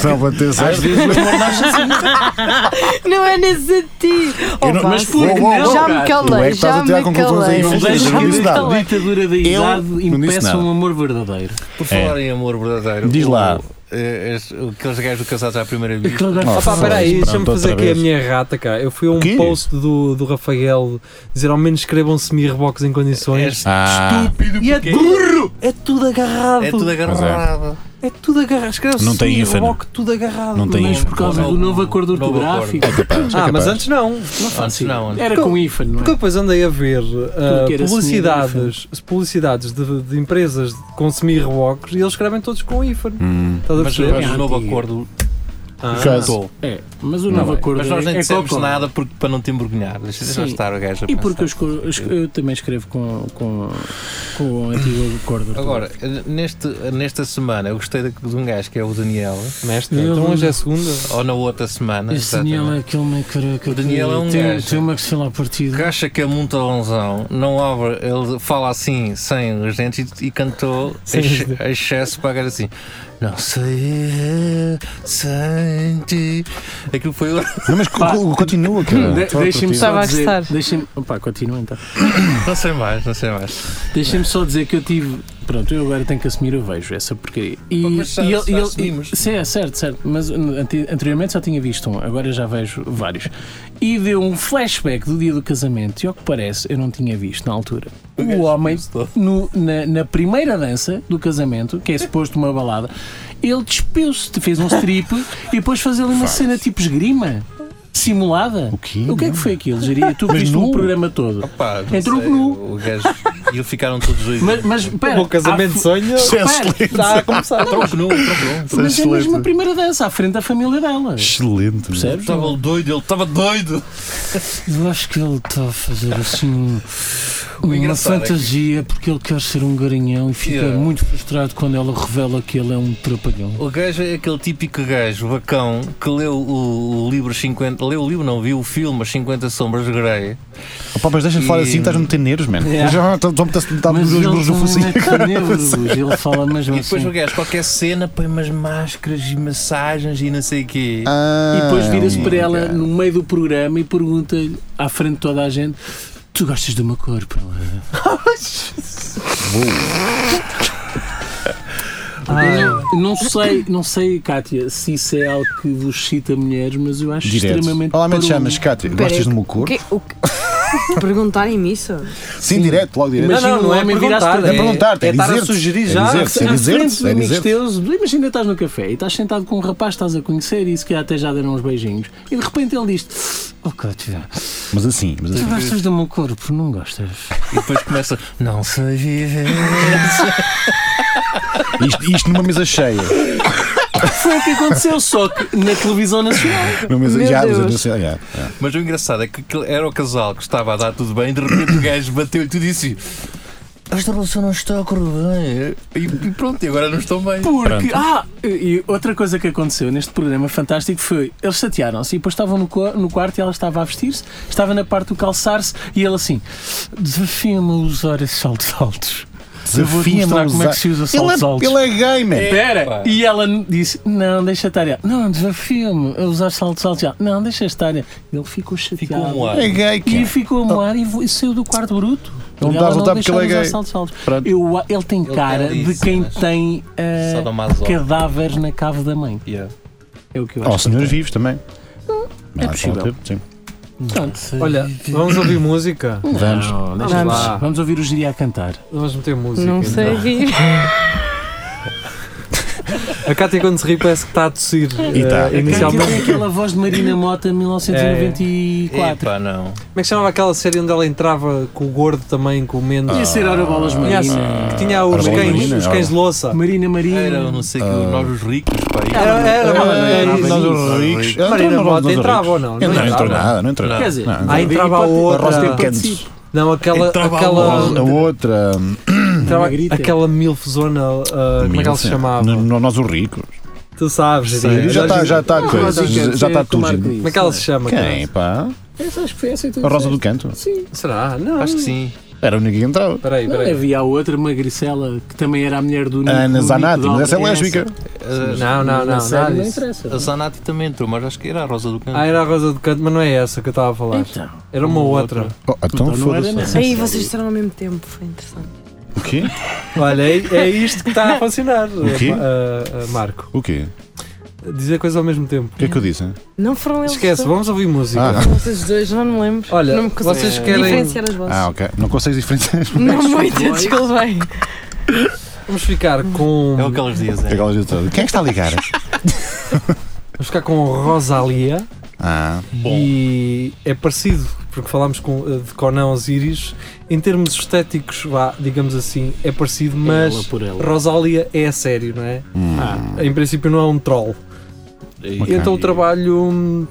Só para ter Às vezes mas não nasce assim. Não é nesse sentido. Eu não- Opa, mas por que não, cara? Já me Tu é que calei, estás a já tirar me conclusões calei. aí Não Não infelizes, deixe não disse que a nada. ditadura da idade não disse impeça nada. um amor verdadeiro. Por falar em amor verdadeiro. Diz o- lá. eh, esse- Aqueles gajos casados à primeira vista. Aquele gajo que Oh, Opa, fala- pera- peraí, Pronto, deixa-me fazer outra aqui a vez. minha rata, cara. Eu fui a um quê? post do, do Rafael dizer ao menos escrevam-se mirrebox em condições. Ah, e é duro! É tudo agarrado! É tudo agarrado. É tudo agarrado. Escreve-se Não tem assim, hífen. Mirrebox, tudo agarrado. Não tem Mas por causa do novo acordo Novo ortográfico. Ah, mas capaz. antes não. Não faço Antes não, ideia. antes. Era com hífen, não Porque eu é? depois andei a ver ah, que era publicidades, publicidades de, de empresas com semi-reboques e eles escrevem todos com hífen. hum, Estás a Mas perceber? mas o novo antigo. acordo Ah. cortou. É, mas o novo acordo Mas nós nem é dissemos cocó. nada porque, para não te embrulhar. Deixa deixa Sim. estar o gajo. a E porque eu, pensar. esco- eu esco- eu também escrevo com, com, com o antigo acordo. Agora, eh, neste, nesta semana, eu gostei de, de um gajo que é o Daniel. Nesta? Eu Então vou- hoje é segunda. Ou na outra semana. Esse Daniel exatamente. é aquele meio careca. O Daniel que é um tem, gajo. Tem uma que sei lá partida. que acha que é muito lonzão, não abre, ele fala assim, sem os dentes, e, e cantou Sem os ex- dentes. excesso para assim. Não sei eu sem ti. Aquilo foi o. Não, mas co- co- continua, cara. De- Só Deixem-me curtir. só Estava a dizer. gostar. Deixem-me. Opa, continua então. Não sei mais, não sei mais. Deixem-me só dizer que eu tive. Pronto, eu agora tenho que assumir, eu vejo essa porcaria. E, Pô, mas já- e já assumimos. Sim, é certo, certo. Mas n- ante- anteriormente só tinha visto um, agora já vejo vários. E deu um flashback do dia do casamento, e ao que parece, eu não tinha visto na altura. O homem, no- na, na primeira dança do casamento, que é suposto uma balada, ele despiu-se, fez um strip e depois fez ali uma cena tipo esgrima, simulada. O quê? O que é que foi aquilo, Geria? Tu Mas viste nu? o programa todo. Pá, não Entrou sei, nu. O gajo. E eles ficaram todos dois. Mas, mas O pera, meu casamento há de fo- sonho Isso é Repare, excelente. está a começar. Tronco nu, tronco nu. Isso é Mas é mesmo a excelente. primeira dança à frente da família dela. Excelente. Percebes? Estava doido, ele estava doido. Eu acho que ele está a fazer assim um- uma engraçado é que- fantasia porque ele quer ser um garanhão e fica Yeah. muito frustrado quando ela revela que ele é um trapalhão. O gajo é aquele típico gajo bacão que leu o, o livro 50. Leu o livro, não, viu o filme As 50 Sombras de Grey. Opa, mas deixa de falar E- assim, estás a meter nervos, man. Yeah. Já estão-me Mas os ele burros no também focinho. mete nervos, ele fala mesmo E depois assim. o gajo, qualquer cena, põe umas máscaras e massagens e não sei o quê. E depois vira-se Ah, para ela cara. no meio do programa e pergunta-lhe à frente de toda a gente: Tu gostas de uma cor, pá? "Oh, Eu Não sei, não sei, Kátia, se isso é algo que vos cita mulheres, mas eu acho Direto. extremamente. Olá, me parvo. chamas, Cátia. Espera, Gostas do meu O corpo? quê? O quê? Perguntarem-me isso? Sim, direto, logo direto. Mas- Não, não, não é Imagina um homem virar-se perguntar. para- É perguntar-te, é estar a dizer-te, sugerir é já. dizer-te. Sem À dizer-te, frente de sem amigos dizer-te. teus, imagina estás no café e estás sentado com um rapaz que estás a conhecer e se calhar até já deram uns beijinhos e de repente ele diz Oh Cátia, Mas assim, mas tu assim. gostas do meu corpo, não gostas? E depois começa, não sei viver. Isto, isto numa mesa cheia. Foi o que aconteceu, só que na televisão nacional. Numa mesa Meu já, Deus. mas assim, já, já. Mas o engraçado é que aquele- era o casal que estava a dar tudo bem, de repente o gajo bateu-lhe tudo e disse: Esta relação não está a correr bem. E, e pronto, e agora não estão bem. Porque, ah, e outra coisa que aconteceu neste programa fantástico foi eles chatearam-se e depois estavam no, co- no quarto e ela estava a vestir-se, estava na parte do calçar-se e ele assim desafia-me a usar esses saltos altos. Eu vou-te Desafia-me a mostrar como é usar- que se usa Ele saltos é- altos. Ele é gay, man. Pera, e ela disse: Não, deixa estar. Ela, Não, desafio-me a usar saltos altos. Ela, Não, deixa estar. Ele ficou chateado. Ficou um ar. É gay, cara. E ficou a moar e vo- e saiu do quarto bruto. Não Ela dás vontade deixava porque Então- ele é usar gay. saltos altos. Pronto. Eu a- ele tem tem cara ali de quem cenas. tem eh, Sadomaso. cadáveres na cave da mãe. Yeah. É o que eu Ó, acho. senhores vivos também. Não, possível. pode ter, Sim. Pronto. Olha, vamos ouvir música. Vamos. Não, deixa Vamos. lá. Vamos ouvir o Giria a cantar. então. Vamos meter música. Não então. sei vir. A Cátia, quando se ri, parece que está a tossir. E tá. eh, A Cátia Inicialmente... Tem inicialmente. aquela voz de Marina Mota 1994. Epá, não. Como é que se chamava aquela série onde ela entrava com o gordo também, com o É. Mendes? Ia ser Ora Bolas Ah. Tinha- Marina. que tinha os Arbola cães, Marina, os cães de louça. Marina Marina. Era, um- eu não sei, que nós os ricos, pá. Era, era, Ah, era, era nós isso. os ricos. Marina Então, nós- Mota nós os entrava ricos. ou não? Não Não entrava. entrou nada, não entrou nada. Quer dizer, Não, Aí entrava a A Rosa outra. Perkins. Não, aquela. Entrava A aquela outra. entrava Negrita. aquela milfzona. ah, como é que ela se Milton. chamava? No- no- Nós os ricos. Tu sabes, diria. Já está, já está, Não, coisa. Rosa Perkins, Já é está com o Marco tudo. Lee. Como é que ela se chama? Quem, cara? pá? Essa acho que foi essa então. A Rosa do Canto. Sim. Será? Não. Acho que sim. Era a única que entrava. Peraí, Não, é peraí. havia a outra magricela que também era a mulher do Nico. Ana do Nico Zanatti, mas Dalton. essa é lésbica. Ah, Não, não, Na não, é série nada não disso. interessa. A Zanatti também entrou, mas acho que era a Rosa do Canto. Ah, era a Rosa do Canto, mas não é essa que eu estava a falar. Então, Era uma outra. Oh, então então não era foda-se. nessa Aí série. é vocês disseram ao mesmo tempo, foi interessante. O quê? Olha, é, é isto que está a funcionar, quê? ah, ah, Marco. O quê? Dizer coisas ao mesmo tempo. O que é que eu disse? hein? Não foram eles. Esquece, dois. vamos ouvir música. Ah, Foram Vocês dois, não me lembro. Olha, não me consigo vocês querem- diferenciar as vozes. ah, ok. Não consegues diferenciar. não muito, desculpem. Vamos ficar com. É aqueles dias, é. Aquelas de todas. Quem é que está a ligar? Vamos ficar com Rosalia. Ah, E é parecido, porque falámos com, eh, de Conan Osiris. Em termos estéticos, vá, digamos assim, é parecido, mas Ela por ela. Rosalia é a sério, não é? Ah, Em princípio, não é um troll. Ok. Então o trabalho hum,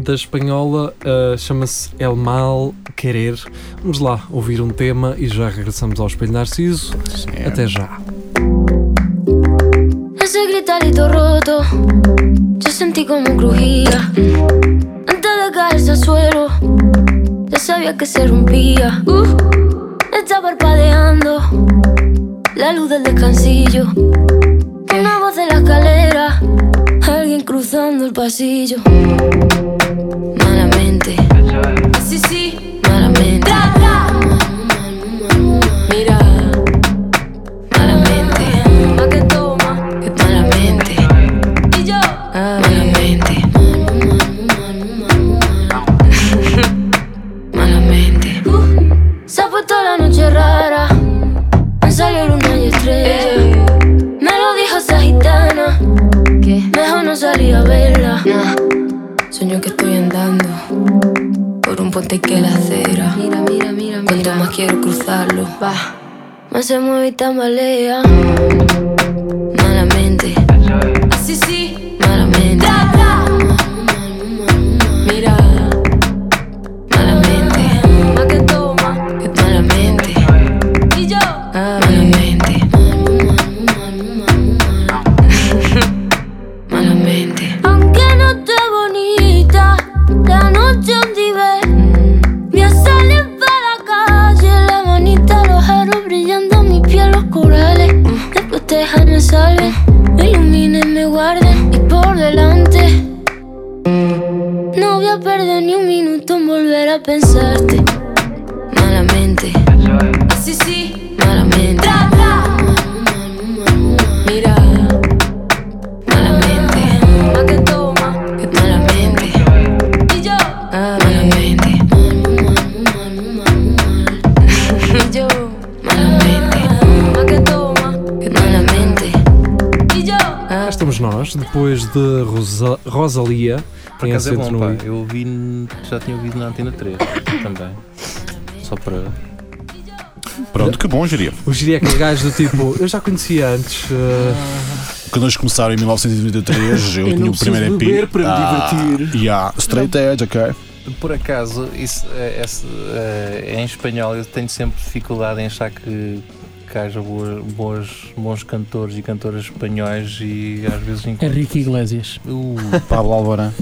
da espanhola ah, chama-se El Mal Querer. Vamos lá ouvir um tema e já regressamos ao Espelho Narciso. É. Até já. Ese gritarito roto, yo sentí como crujía. Antes de caerse al suelo, ya sabía que se rompía. Uf, está parpadeando la luz del descansillo. Una voz de la escalera, alguien cruzando el pasillo. Malamente, sí, sí, malamente. Mal, mal, mal, mal, mal. Mira. Malamente, pa' que toma, que malamente. Y yo, malamente. Malamente. Uh, Se ha puesto la noche rara, han salido luna y estrella. Me lo dijo esa gitana, que mejor no salí a verla. Sueño que estoy andando por un puente que la acera. Mira, mira, mira, Cuanto más quiero cruzarlo, va. Más se mueve y tambalea Malamente Así sí Malamente Mira Malamente Pa' que toma Malamente Y yo Malamente Malamente Aunque no esté bonita La noche donde ve Voy a salir para la calle, la manita, los aros brillando, mi piel, los corales. Te protejan, me salven, me iluminen, me guarden. Y por delante, no voy a perder ni un minuto en volver a pensarte. Malamente, así sí, malamente. Mira, malamente, pa' que toma, que malamente. Y yo, malamente. Y yo, malamente. Pa' que toma, que malamente. Y yo, Cá estamos nós, depois de Rosa, Rosalia. Por em acaso é acento bom, no i. pá. Eu ouvi, já tinha ouvido na Antena 3 também. Só para. pronto, que bom, geria. O Giri é aquele gajo do tipo, eu já conhecia antes. eh, Quando eles começaram em 1993, eu, Eu tinha não o primeiro preciso EP. beber para me divertir. Yeah, straight edge, ok. Por acaso, isso, é, esse, é, em espanhol eu tenho sempre dificuldade em achar que, que haja boas, boas- bons cantores e cantoras espanhóis e às vezes encontro. Henrique Iglesias. Uh, Pablo Alvará,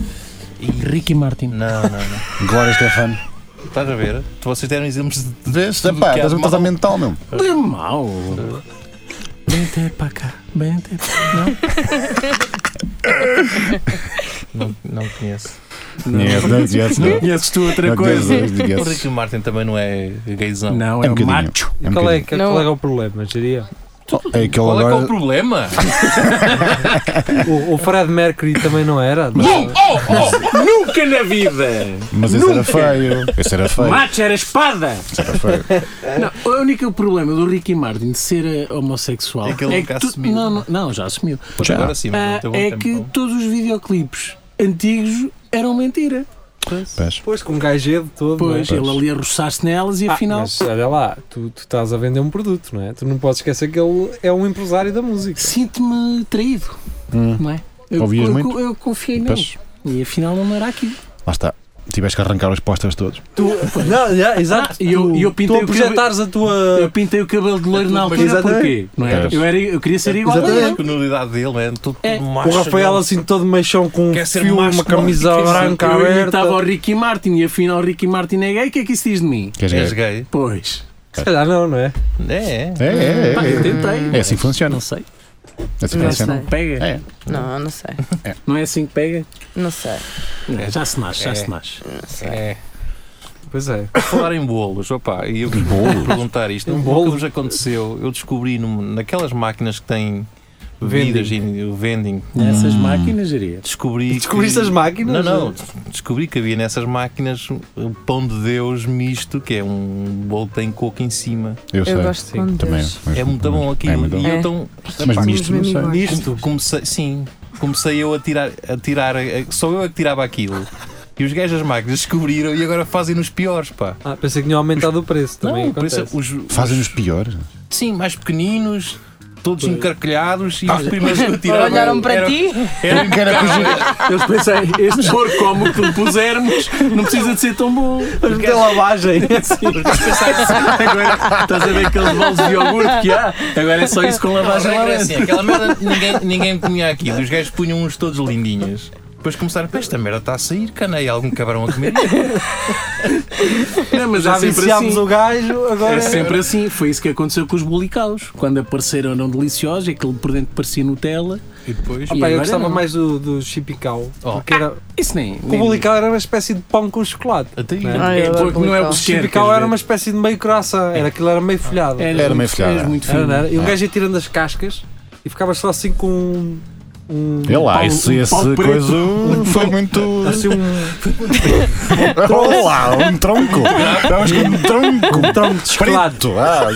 e- Ricky Martin. Não, não, não. Glória Stefano. Estás a ver? Vocês deram exemplos de. Vês? Tudo Epá, que há estás de estás a mal. mental, meu. Não é mau. Bem até para cá. Bem até para cá. Não, não conheço. Não. Yes, não, yes, não. Não conheces tu outra Não, coisa? yes, O yes. Ricky Martin também não é gaysão. Não, É é, um bocadinho. macho. É um qual, é, bocadinho. que- Não. qual é o problema, Giria? É que ele Qual é que é o agora. problema? O, o Fred Mercury também não era? Nunca na vida! Mas esse era feio. Esse era feio. Macho era espada! Esse era feio. Não, o único problema do Ricky Martin de ser eh, homossexual É que ele é nunca tu- assumiu. Não, não, não, já assumiu. Agora sim, mas Ah, não teve um é tempo. que todos os videoclipes antigos eram mentira. Pés. Pois, com um gajedo todo. não é? Pois, ele ali a roçar-se nelas e Ah, afinal. mas olha lá, tu, tu estás a vender um produto, não é? Tu não podes esquecer que ele é um empresário da música. Sinto-me traído, Hum, não é? Eu, Ouvias eu, muito? eu confiei nele. Pés. E afinal não era aquilo. Lá está. Tiveste que arrancar os posters todos. Não, já, exato. Ah, e eu- Tu- e eu pintei tu a o cabelo- projetares a Eu tua. pintei o cabelo de loiro na altura Ah. Exatamente. porquê? Não é? Pés. Eu, era, eu queria ser igual a A ele. personalidade dele é tudo É. macho. O Rafael assim todo mexão com um Quer ser fio, macho, uma camisa não, quer ser- branca Eu aberta. imitava o Ricky Martin e afinal o Ricky Martin é gay. O que é que isso diz de mim? Queres És ver? gay? Pois. Se calhar não, não é? É, é. É, é, Pá, eu é. tentei. É assim que funciona. Não sei. É assim que Não funciona. Ah, sei. Pega. É. Não, não sei. Não é assim que pega? Não sei. Já se nasce, já É. se nasce. É. Pois é. Falar em bolos, opá, e eu vou perguntar isto. Em Um bolos? bolo vos aconteceu, eu descobri num- naquelas máquinas que têm bebidas e e vending, Nessas máquinas, iria. descobri. Descobriste que- as máquinas? Não, não. Descobri que havia nessas máquinas um pão de Deus misto, que é um bolo que tem coco em cima. Eu Eu sei. gosto com Também. Deus. mas- É muito bom aquilo. É muito e bom. eu então, É. tão. Mas Epá, nisto não sei. Nisto. Comecei, sim, comecei eu a tirar, a tirar, a- só eu a que tirava aquilo. E os gajos das máquinas descobriram e agora fazem nos piores, pá. Ah, pensei que tinha aumentado o preço também. Não, por é- isso, acontece. os, Fazem-nos pior. os- sim, mais pequeninos, todos encarquilhados e os primeiros que eu tirava. Olharam para eram- ti? eram impecáveis. Eles pensei, este porco como que lhe pusermos, não precisa de ser tão bom. Mas tem lavagem. assim. Agora estás a ver aqueles bolos de iogurte que há? Agora é só isso com Não, a lavagem lá regra é assim, dentro. aquela merda ninguém, ninguém comia aquilo. Os gajos punham uns todos lindinhos. Depois começaram, "Pá, esta merda está a sair, canei algum cabrão a comer. Não, mas Já é sempre viciámos assim. o gajo, agora. É sempre assim, foi isso que aconteceu com os bolicaus. Quando apareceram eram deliciosos, aquele por dentro parecia Nutella. E depois. Pá, eu agora gostava não. Ah, mais do, do Chipical. Oh. Porque era, Isso nem. o nem bulical era uma espécie de pão com chocolate. Até Não é? Ai, é, eu adoro porque não é bulical. o O Chipical era uma espécie de meio croissant. É. Era aquilo, era meio folhado. um Era meio folhado. muito Era, fino. não era? E um gajo ia tirando as cascas e ficava só assim com um. um É lá, pau- esse, um esse pau preto. coisa foi muito. assim um, Olha lá, um tronco! Estávamos com um tronco! um tronco de chocolate. Preto! Ah,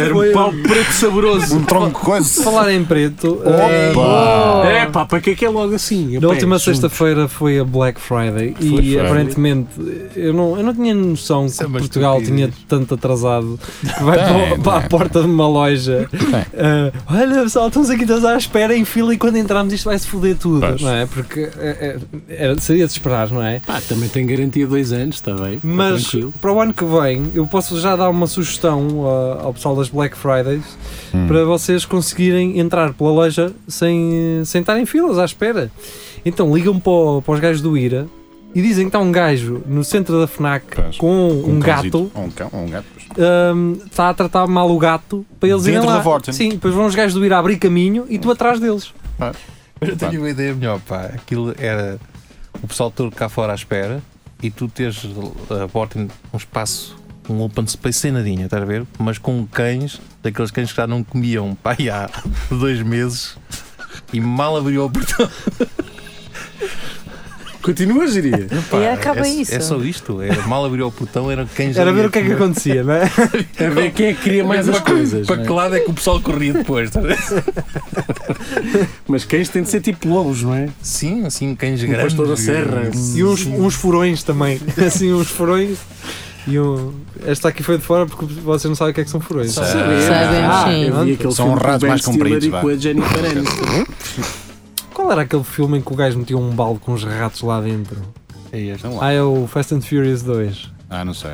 Era um pau preto saboroso. um tronco coisa! Falar em preto, um eh, Opa! É pá, para que é que é logo assim? Eu na pego, última junto. sexta-feira foi a Black Friday e Friday. aparentemente eu não, eu não tinha noção que é uma Portugal tinha estupidez. tanto atrasado que vai Tem, para, o- para a tem. porta de uma loja. Tem. eh, olha pessoal, estamos aqui todos à espera em fila e quando entrarmos isto vai se foder tudo, Pois. não é? Porque eh, eh, era- seria de esperar, não é? Pá, também tem garantia de dois anos, está bem? Tá Mas tranquilo. para o ano que vem, eu posso já dar uma sugestão ah, ao pessoal das Black Fridays Hum. para vocês conseguirem entrar pela loja sem, sem estar em filas à espera. Então ligam para, o- para os gajos do IRA e dizem que está um gajo no centro da FNAC Pois. com um, gato, cãozito. Um cão, um gato. ahm, está a tratar mal o gato para eles Dentro irem lá. da Vorten. Sim, depois vão os gajos do IRA abrir caminho e tu atrás deles. Mas eu tenho uma ideia melhor, pá. Aquilo era o pessoal todo cá fora à espera e tu tens a porta em um espaço, um open space sem nadinha, estás a ver? Mas com cães, daqueles cães que já não comiam, pá, e há dois meses e mal abriu o portão. Continua, diria. Pá, E acaba é, isso. É só isto. É, mal abriu o portão, eram cães. Era ali ver a o que é que comer. acontecia, não é? A ver quem é que queria mais as coisas. Para que não é? lado é que o pessoal corria depois? estás a ver? Mas cães têm de ser tipo lobos, não é? Sim, assim, cães Um grandes. pastor da serra. E uns, uns furões também. Assim, uns furões. E um... Esta aqui foi de fora porque vocês não sabem o que é que são furões. Sabemos, Ah, sim. eu- é? Eu vi aquele São filme com o ratos Ben mais compridos, Stiller vá. e com a Jennifer Aniston. Qual era aquele filme em que o gajo metia um balde com uns ratos lá dentro? É este. Ah, é o Fast and Furious 2. Ah, não sei.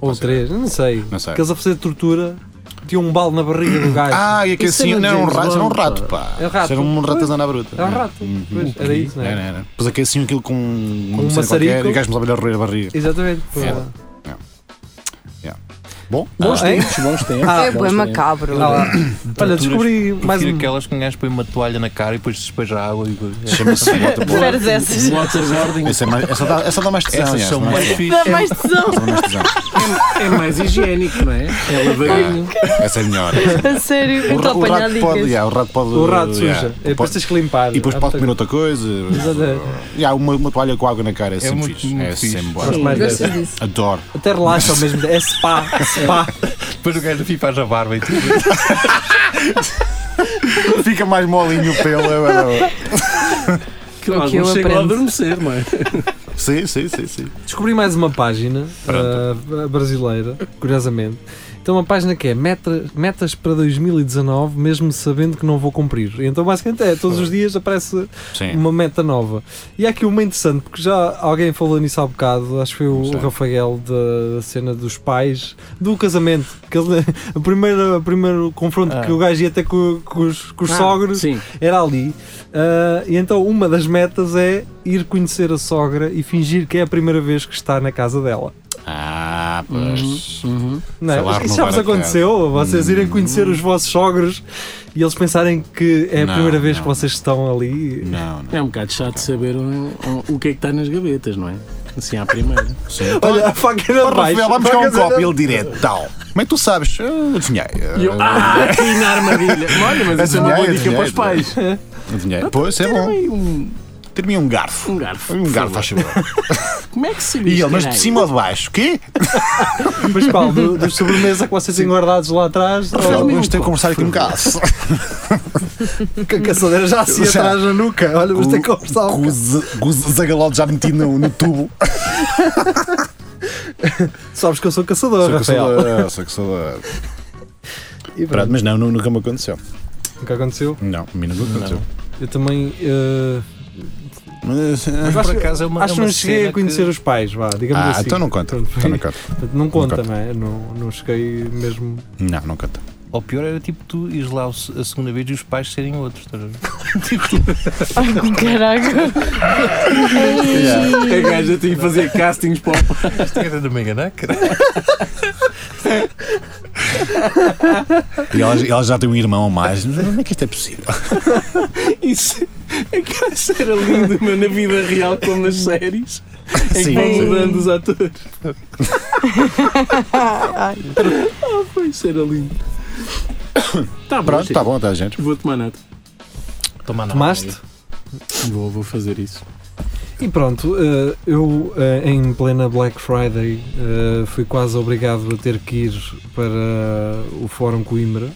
Ou 3, não sei. Não sei. Que eles a fazer tortura metiam um balde na barriga do gajo. Ah, e aquele Isso assim, era não era um James rato, isso era um Bond, rato, pá. pá. É um rato. Isso Era um ratazana à bruta. Era Uhum. um rato. Pois, era isso, não é? Era, era. Pois aquele assim, aquilo com uma Um medicina qualquer, maçarico. e o gajo me a roer a barriga. Exatamente. É. Pô, Yeah. Bom, bons Ah, hein? tempos, bons tempos. Ah, é bons bem tempos. macabro. Ah, lá. Olha, Torturas, descobri prefiro mais um. aquelas que um gajo põe uma toalha na cara e depois despeja água. E... Chama-se waterboard. Preferes essas? Waterboarding. Essa, é mais- essa dá, essa dá mais tesão. Essas essa são não é? mais Essa fixe. Dá mais tesão. dá mais tesão. É mais higiênico, não é? É lavadinho. Essa é melhor. A Então sério, eu O, ra- estou a o apanhar rato pode, dicas. yeah, o rato pode. O rato suja. yeah, E depois pode- tens que limpar. Ah, tá e depois pode comer outra coisa. Exatamente. E há uma, uma toalha com água na cara, é, sempre muito, fixe. muito é fixe. sempre Gosto bom. mais dessa. Gostas disso? Adoro. Até relaxa ao mesmo tempo. É spa. spa. Depois o gajo faz a barba e tudo. Fica mais molinho o pelo. é verdade. Que O nós que não eu chega lá a aprendo. adormecer, não é? Sim, sim, sim, sim. Descobri mais uma página ah, brasileira, curiosamente. Então, uma página que é meta- metas para 2019, mesmo sabendo que não vou cumprir. Então, basicamente, é todos os dias aparece Sim. uma meta nova. E há aqui uma interessante, porque já alguém falou nisso há bocado, acho que foi o, Não sei. o Rafael da cena dos pais, do casamento. Que ele, a primeira, o primeiro confronto Ah. que o gajo ia ter com, com os, com os Ah, sogros Sim. era ali. Ah, e então uma das metas é ir conhecer a sogra e fingir que é a primeira vez que está na casa dela. Ah, pois. Uhum. Não Sei lá, é? Isso já renovar vos a casa. aconteceu? Vocês irem Hum. conhecer os vossos sogros e eles pensarem que é a Não, primeira vez não. que vocês estão ali. Não, não. É um bocado chato saber um- um- o que é que está nas gavetas, não é? Assim à primeira. Sim. Olha, a faca era Ó, baixo. Rafael, vamos buscar um Faca era- copo. Ele direto, tal. Como é que tu sabes? Eu adivinhei. E eu, ah, aqui na armadilha. Olha, mas isso é uma boa Adivinhei, dica adivinhei, para os pais. Adivinhei. Pois, é bom. Tira-me um, Tira-me um garfo. um garfo. Um por garfo, favor. faz favor. Como é que se E ele, mas de cima ou de baixo? O quê? Mas qual? Do- Dos sobremesa que vocês têm guardados lá atrás? Rafael, Ou vamos ter que conversar aqui um bocado. que a caçadeira já se Já. assim atrás na nuca? Olha, vamos ter que conversar. um Com o z- com o zagalote já metido no, no tubo. bocado. Sabes que eu sou caçador, Rafael. saudade, sou que saudade. E pronto, Pronto, mas não, nu- nunca me aconteceu. Nunca aconteceu. Não, a mim nunca aconteceu. Eu também. eh, Mas, ah, Por acho, acaso é uma, acho é que uma não cheguei cena a conhecer que- os pais, vá, digamos assim. então não conta. Pronto, Então não conta. Portanto, não conta, conta. não é? Não, não cheguei mesmo. Não, não conta. Ou pior era tipo tu ires lá o se- a segunda vez e os pais serem outros. estás a ver? Ai, caraca. A gaja tem que fazer castings para o Isto é grande mega, não é? Caralho. E ela, ela já tem um irmão a mais. Mas Como é que isto é possível? Isso, a casa era linda, mas na vida real, como nas séries, em É que Sim, vão sim. mudando os atores. Ah, foi, isso era lindo. Tá bom, Pronto, gente. está bom, está gente. Vou tomar nada. Toma nada. Tomaste? Vou, vou fazer isso. E pronto, eh, eu eh, em plena Black Friday eh, fui quase obrigado a ter que ir para o Fórum Coimbra,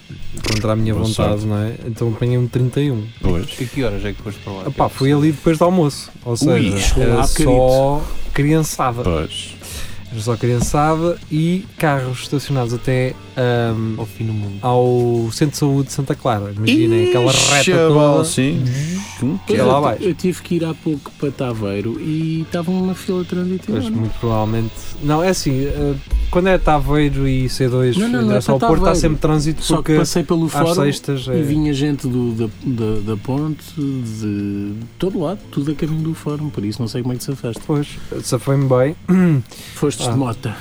contra a minha Boa vontade, sorte. não é? Então apanhei-me 31. Pois. E que horas é que foste para lá? Epá, Ah, fui ali depois do almoço, ou seja, chegou lá era há só criançada. Pois. Era só criançada e carros estacionados até ahm, Ao fim do Ah, mundo. ao Centro de Saúde de Santa Clara. Imaginem aquela reta Chaval, toda. sim. Hum, que É é? lá eu, abaixo. eu tive que ir há pouco para Taveiro e estava uma fila transitiva. é? Pois, muito provavelmente. Não, é assim, eh, quando é Taveiro e C2 Não, não, não é direção ao para Porto, está Taveiro. sempre trânsito Só que porque passei pelo às fórum sextas e é- vinha gente do- da, da, da ponte, de todo lado, tudo a caminho do fórum, por isso não sei como é que se afaste. Pois, safei-me bem. Foste Ah. de moto.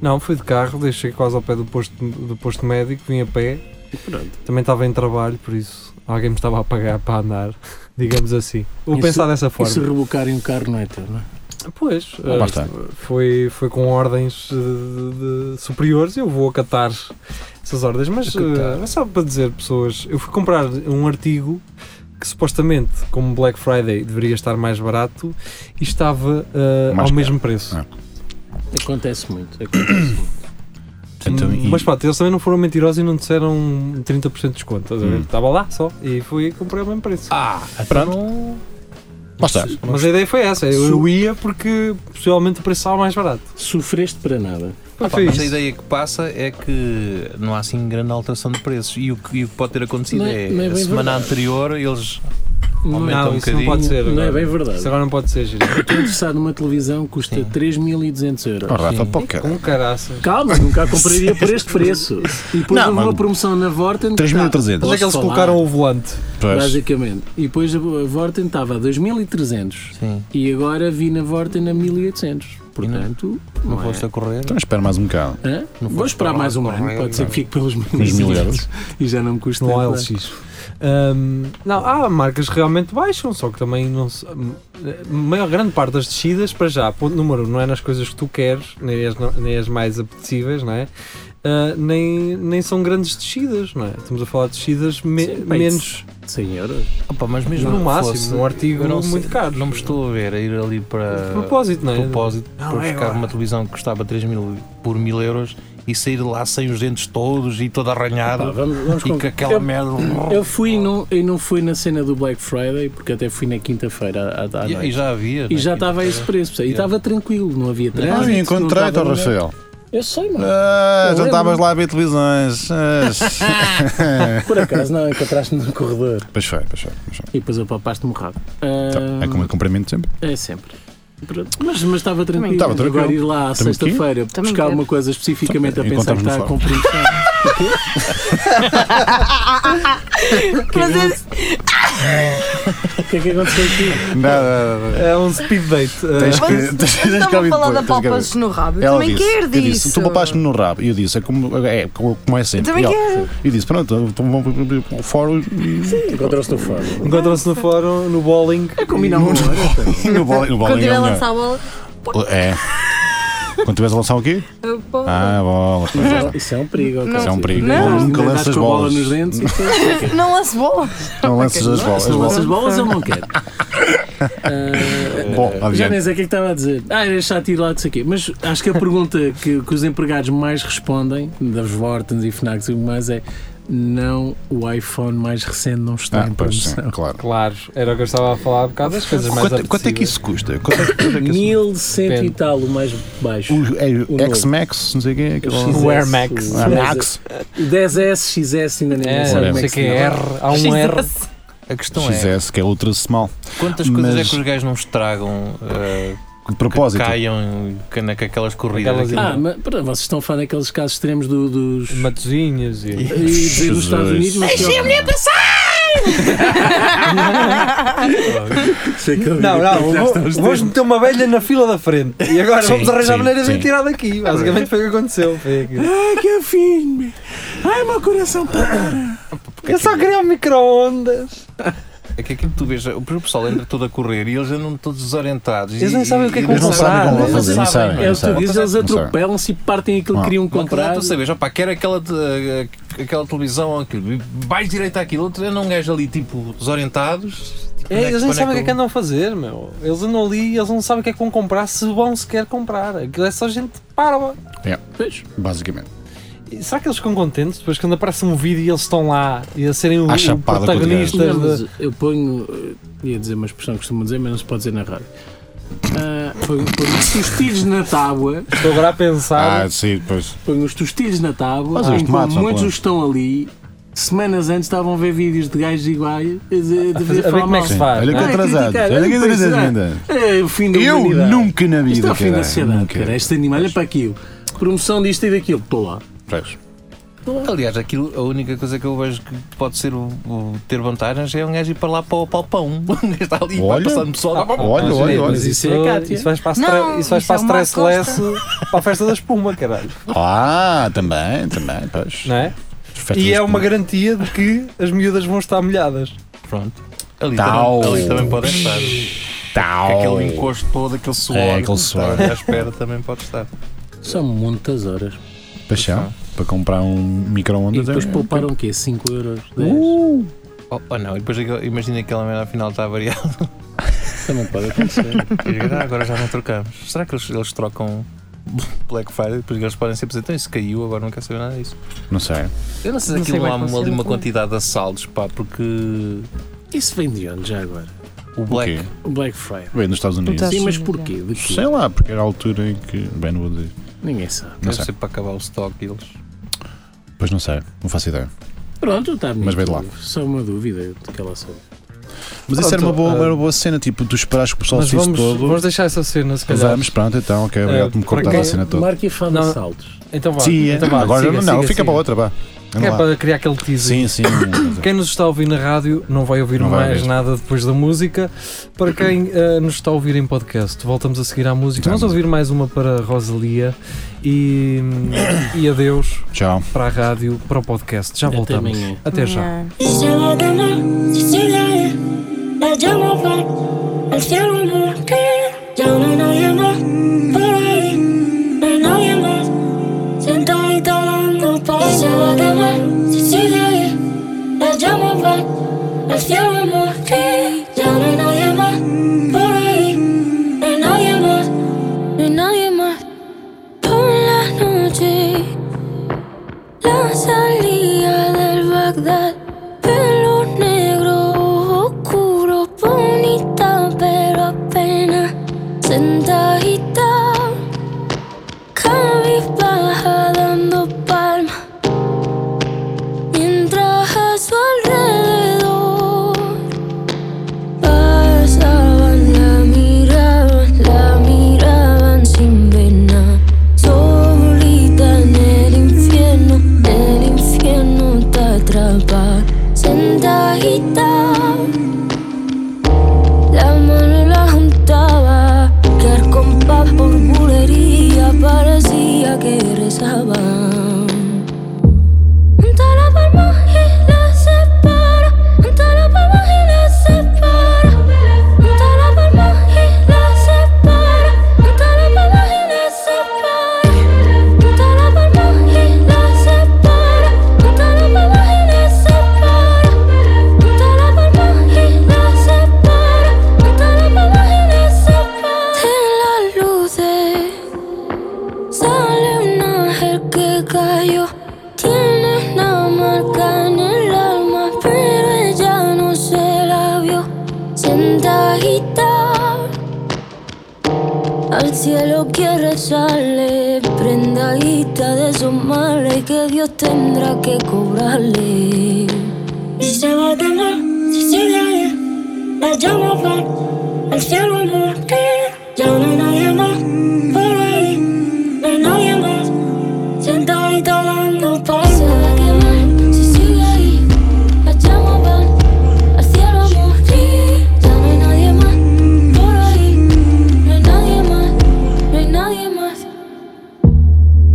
Não, fui de carro, deixei quase ao pé do posto, do posto médico, vim a pé. E pronto. Também estava em trabalho, por isso alguém me estava a pagar para andar, digamos assim. Vou E pensar se- dessa E se forma. rebocarem o carro não é teu, não é? Pois, eh, Ah, Lá está. foi, foi com ordens eh, de- de superiores, eu vou acatar essas ordens, mas Acatar. eh, só para dizer, pessoas, eu fui comprar um artigo que supostamente, como Black Friday, deveria estar mais barato e estava eh, Mais ao caro. mesmo preço. Ah. Acontece muito, acontece muito. Então, e- Mas pronto, eles também não foram mentirosos e não disseram 30% de desconto, estás a ver? Hum. Estava lá só e fui e comprei ao mesmo preço. Ah, pronto. Lá está. Mas a ideia foi essa, eu, eu ia porque possivelmente o preço estava mais barato. Ah, Sofreste para nada. Foi Pá, mas isso. a ideia que passa é que não há assim grande alteração de preços. E o que, e o que pode ter acontecido Não é- é, não é a bem semana verdade. anterior eles Não, Aumenta Não, um isso não bocadinho. pode ser. não é agora. bem verdade. Isso agora não pode ser, Gil. Estou interessado numa televisão, custa Sim. 3.200 euros. Oh, Rafa, Sim. pô, cara. Com Um caraças. Calma, nunca a compraria por este preço. E depois Não, houve uma mano. promoção na Vorten. tá, 3.300. Onde é que eles Posso colocaram falar? o volante? Pois. Basicamente. E depois a a Vorten estava a 2.300 Sim. e agora vi na Vorten a 1.800. Portanto, Não é? foste a correr. Então espera mais um bocado. Hã? Não Vou foste esperar para lá mais um correr, ano, pode ser não. que fique pelos mil Uns mil euros. e já não me custa. no nada. OLX. Ahm, não, há marcas que realmente baixam, só que também não se, a maior grande parte das descidas para já, ponto número um, não é nas coisas que tu queres, nem as, nem as mais apetecíveis, não é? Ah, nem, nem são grandes descidas, não é? Estamos a falar de descidas me- Sim, bem, menos 100 euros. Opa, mas mesmo No que máximo, fosse, um artigo eu não sei- muito caro. Não me estou a ver a ir ali ah, para de propósito, não é? propósito Não, para é buscar agora. uma televisão que custava 3 mil por mil euros e sair de lá sem os dentes todos e todo arranhado Pá, vamos, vamos e com- com aquela eu, merda. eu fui e não, eu não fui na cena do Black Friday porque até fui na quinta-feira à, à, à E, noite. e já havia. E né? já estava a esse preço, percebe? e Yeah. estava tranquilo, não havia trânsito. Ah, eu não encontrei-te, estava ó, ninguém. Rafael. Eu sei, mano. Ah, Eu já estavas lembro. lá a ver televisões. Ah, Por acaso não, encontraste-me no corredor. pois foi, pois foi. Pois foi. E depois apapaste-me o rabo. Então, é como eu cumprimento sempre. É sempre. Pronto. Mas, mas estava tranquilo. Estava Agora tranquilo. ir lá à Estamos aqui. sexta-feira Estamos buscar aqui. alguma coisa especificamente a Estamos- pensar que está a encontramos cumprir. O quê? Mas é- O que é que aconteceu aqui? Nada, nada. é um speed date. ah, Vocês Tens que. Tens eu tens que estava a ouvir falar da depois, tens que ouvir. palpas no rabo. Eu Ela também disse, quero eu disse, disso. tu papaste-me no rabo. E eu disse, é como é, como como é sempre. Também e ela- quero. eu disse, pronto, então vamos para- para o fórum e. Encontrou-se no fórum. Encontram-se no fórum, no bowling. É combinar um, uma hora. No bowling, no Quando bowling tiver é melhor. a lançar a bola, É. Quando tiveres a lançar o quê? eu vou. Ah, bolas. pois é. Isso é um perigo. ok. Isso é um perigo. Não. Bolas, Nunca Ainda lanças dás com a bola bolas. nos dentes e depois- Não lanço bola. Não lanças as bolas. Se as não bolas. lanças bolas, eu não quero. Ah, Bom, Já nem adiante. sei o que é que estava a dizer. Ah, era chato ir lá de aqui. Mas acho que a pergunta que, que os empregados mais respondem, das Vortens e Fnacs e tudo mais, é não, o iPhone mais recente não está Ah, em pois, sim, promoção. claro. Claro, era o que eu estava a falar há bocado das coisas mais Quanto, quanto é que apetecíveis. isso custa? Quanto é que- 1100 e tal, o mais baixo. o- O é- novo. X-Max, não sei o quê. aquilo- O Air Max. O Ah, Max. 10S, XS, ainda nem É, sei não como é sei que que é se R, chama. há um R. A questão é XS, que é ultra small. quantas coisas Mas- é que os gajos não estragam eh, De que propósito. caiam ca- naquelas corridas. Aquelas- aquilo- Ah, mas pera, vocês estão a falar daqueles casos extremos do- dos. Matozinhos e. e dizer Jesus. dos Estados Unidos, mas. Deixa a mulher passar! Sei que Não, eu vi não, que já vou- estamos vamos meter uma velha na fila da frente. E agora Sim, vamos arranjar sim, maneiras de sim. É tirar daqui. Basicamente foi o que aconteceu. Foi aquilo. Ai, que afim! Ai, meu coração tá- para! Eu só queria um micro-ondas. É que aquilo que tu vês, o pessoal entra todo a correr e eles andam todos desorientados. Eles e- nem sabem o que é e- que e vão não sabem comprar, como não vão fazer, não sabem. sabem. É o um que tu Não dizes, eles sei. atropelam-se e partem aquilo que Não. queriam Mas dá comprar. para saber, já pá, quer aquela, eh, aquela televisão ou aquilo, vais direito àquilo, outro anda um gajo ali tipo desorientados. tipo, É, onde é eles nem onde é sabem o que é que eu- andam a fazer, meu. Eles andam ali e eles não sabem o que é que vão comprar, se vão sequer comprar. Aquilo é só gente parva. Pois. Basicamente. E Será que eles ficam contentes depois quando aparece um vídeo e eles estão lá e a serem o, À o chapada com o protagonistas? de- Não, mas eu ponho. eh, ia dizer uma expressão que costumo dizer, mas não se pode dizer na rádio. Ah, ponho, ponho os tostilhos na tábua, Estou agora a pensar. Ah, sim, pois. ponho os tostilhos na tábua, Mas os enquanto tomates, não muitos põe? os estão ali, semanas antes estavam a ver vídeos de gajos iguais a, dizer- a, fazer- a falar ver como é que mal. se Sim. faz, Olha não que é? atrasados. criticar, Olha que não atrasados pensar. ainda. É o fim da Eu humanidade. nunca na Isto vida. é o fim da caralho, sociedade, nunca. cara. Este animal é para aquilo. Promoção disto e daquilo. Estou lá. Pois. Aliás, aquilo, a única coisa que eu vejo que pode ser o, o- ter vantagens é um gajo ir para lá para o palpão. Está ali, vai Olha. Ah, passando pessoal. dá- Olha, Mas, olha, mas olha. isso, isso é a Cátia. isso vais para a Não, stra- isso vais isso para a é o Marco stressless para a festa da espuma, caralho. Ah, também, também, pois. Não é? E é uma garantia de que as miúdas vão estar molhadas. Pronto. Ali Tau. também, ali também pode estar. Que Tal. Aquele encosto todo, aquele suor. É, aquele que suor. está À espera também pode estar. São muitas horas. Paixão. Para comprar um E micro-ondas. depois é- Uh, pouparam o quê? 5 euros? 10? Oh, oh, não, e depois aquele- imagina aquela merda afinal está variado. Também pode acontecer. "Ah, agora já não trocamos. Será que eles, eles trocam Black Friday? Depois eles podem sempre dizer, então isso caiu, agora não quero saber nada disso. Não sei. Eu não sei se Não sei aquilo bem há como uma- ali funciona uma também. quantidade de assaltos, pá, porque Isso vem de onde já agora? o Black. O quê? O Black Friday. Bem, nos Estados Unidos. Tá Sim, mas sim, porquê? De quê? Sei lá, porque era a altura em que. Bem, não vou dizer. Ninguém sabe. Não Deve sei. ser para acabar o stock deles. Pois não sei. Não faço ideia. Pronto, está bonito. Mas vem de lá. Só uma dúvida de que ela soube. Mas isso era uma Pronto, boa, ah, era uma boa cena, tipo, tu esperares que o pessoal Mas se vamos, todo. vamos deixar essa cena, se calhar. Ah, Vamos, pronto, então, ok, obrigado por me para contar quem- a cena toda. Marca e fala Não. saltos. Então vá. Sim, é. então vá, agora siga, não, siga, fica siga. para outra, vá. Anda É lá. para criar aquele teaser. Sim, sim. Quem nos está a ouvir na rádio não vai ouvir Não vai mais mesmo. nada depois da música. Para quem eh, nos está a ouvir em podcast, voltamos a seguir à música. Vamos. Vamos ouvir mais uma para a Rosalia e, e adeus Tchau. para a rádio, para o podcast. Já Até voltamos. amanhã. Até já. Nha. Si la gana, si se la es, la llamo para el cielo no la cae. Ya no hay nadie más por ahí, no hay nadie más. Sentadita hablando para Si la gana, si se la es, la llamo para el cielo no la cae. Ya no hay nadie más por ahí, no hay nadie más, no hay nadie más. Por la noche. La salida del Bagdad, pelo negro, oscuro, bonita, pero apenas sentadita, cabizbaja dando palmas, mientras a su alrededor pasaban, la miraban, la miraban sin pena. Solita en el infierno, el infierno te atrapa. Sentadita, la mano la juntaba. Que al compás por bulería parecía que rezaba. Junta la palma y la separa. Junta la palma y la separa. Junta la palma y la separa. Junta la palma y la separa. Junta la palma y la separa. Junta la palma y la separa. Junta la palma y la separa. Junta la palma y la separa. En las luces. Sale un ángel que cayó. Tiene una marca en el alma, pero ella no se la vio. Sentadita, al cielo quiere sale. Prendadita de esos males que Dios tendrá que cobrarle. Y se va a tener, si sigue, la llama para el cielo no la cree. Ya no hay nadie más por ahí, no hay nadie más. Sentadita dando pasos. Se va a quemar si sigue ahí. La llama para el cielo no la cree. Ya no hay nadie más por ahí, no hay nadie más, no hay nadie más.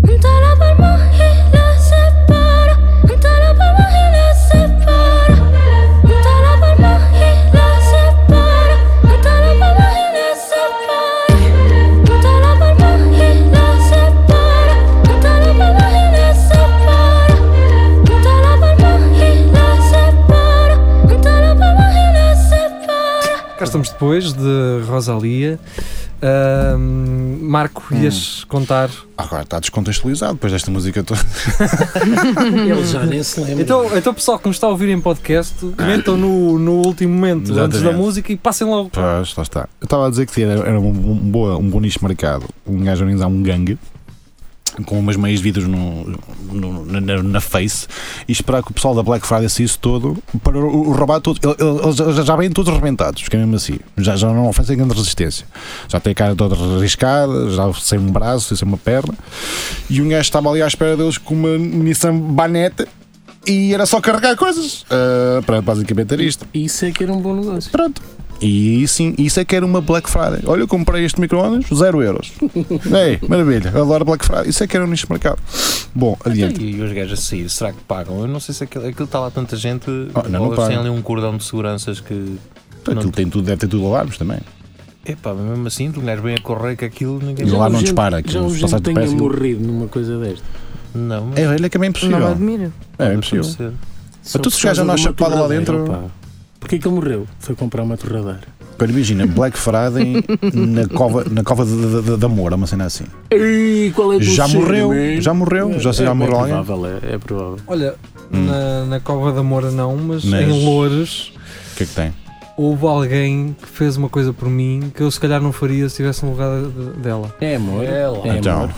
Junta la palma y la separa. Junta la palma y la separa. Junta la palma y la separa. Junta la palma y la separa. Junta la palma y la separa. Junta la palma y la separa. Junta la palma y la separa. Junta la palma y la separa. Cá estamos depois de Rosalia. Ahm, Marco, Hum. ias contar. Agora está descontextualizado depois desta música toda. Ele já nem se lembra. Então, então pessoal que nos está a ouvir em podcast, metam no, no último momento, antes da Exatamente. música, e passem logo. Pois, lá está. Eu estava a dizer que sim, era, era um, um, boa, um bom nicho marcado. Um gajo organizar um gangue com umas meias de vidros no, no- na- na, na face e esperar que o pessoal da Black Friday saísse todo para o, o roubar todo. Ele- ele- Eles já- já vêm todos arrebentados, que é mesmo assim. Já, já não oferecem grande resistência. Já tem a cara toda arriscada, já sem um braço, sem uma perna. E um gajo estava ali à espera deles com uma Nissan Banete e era só carregar coisas. Ah, pronto, basicamente era isto. Isso é que era um bom negócio. Pronto. E sim, isso é que era uma Black Friday. Olha, eu comprei este micro-ondas, 0 euros. Ei, maravilha, adoro Black Friday. Isso é que era um nicho de mercado. Bom, adiante. Então, E os gajos a sair, será que pagam? Eu não sei se aquilo, aquilo está lá tanta gente. Oh, não, não ou se tem pagam. ali um cordão de seguranças que. Então, Aquilo tem tudo, deve ter tudo alarmes também. Epá, mas mesmo assim, tu um gajo bem a correr que aquilo ninguém. E Já lá houve não gente- dispara, que Já se houve gente passar que de tenha péssimo- morrido numa coisa desta. Não, mas É, olha que é Não bem impossível. me admiro. É, pode impossível. acontecer. Só tu por se causa gajo andar de uma chapado lá dentro- torradeira, pá. Porquê que ele morreu? Foi comprar uma torradeira. Agora imagina, Black Friday na cova, na cova de, de, de, de amor, uma cena assim. Ei, qual é o Já cheiro, morreu, man? já morreu, já se É- já morreu é alguém. provável, é, é provável. Olha, Hum. na, na Cova da Moura não, mas, Mas- em Loures O que é que tem? houve alguém que fez uma coisa por mim que eu se calhar não faria se estivesse no lugar de- dela. É amor. É lá. É Então. amor.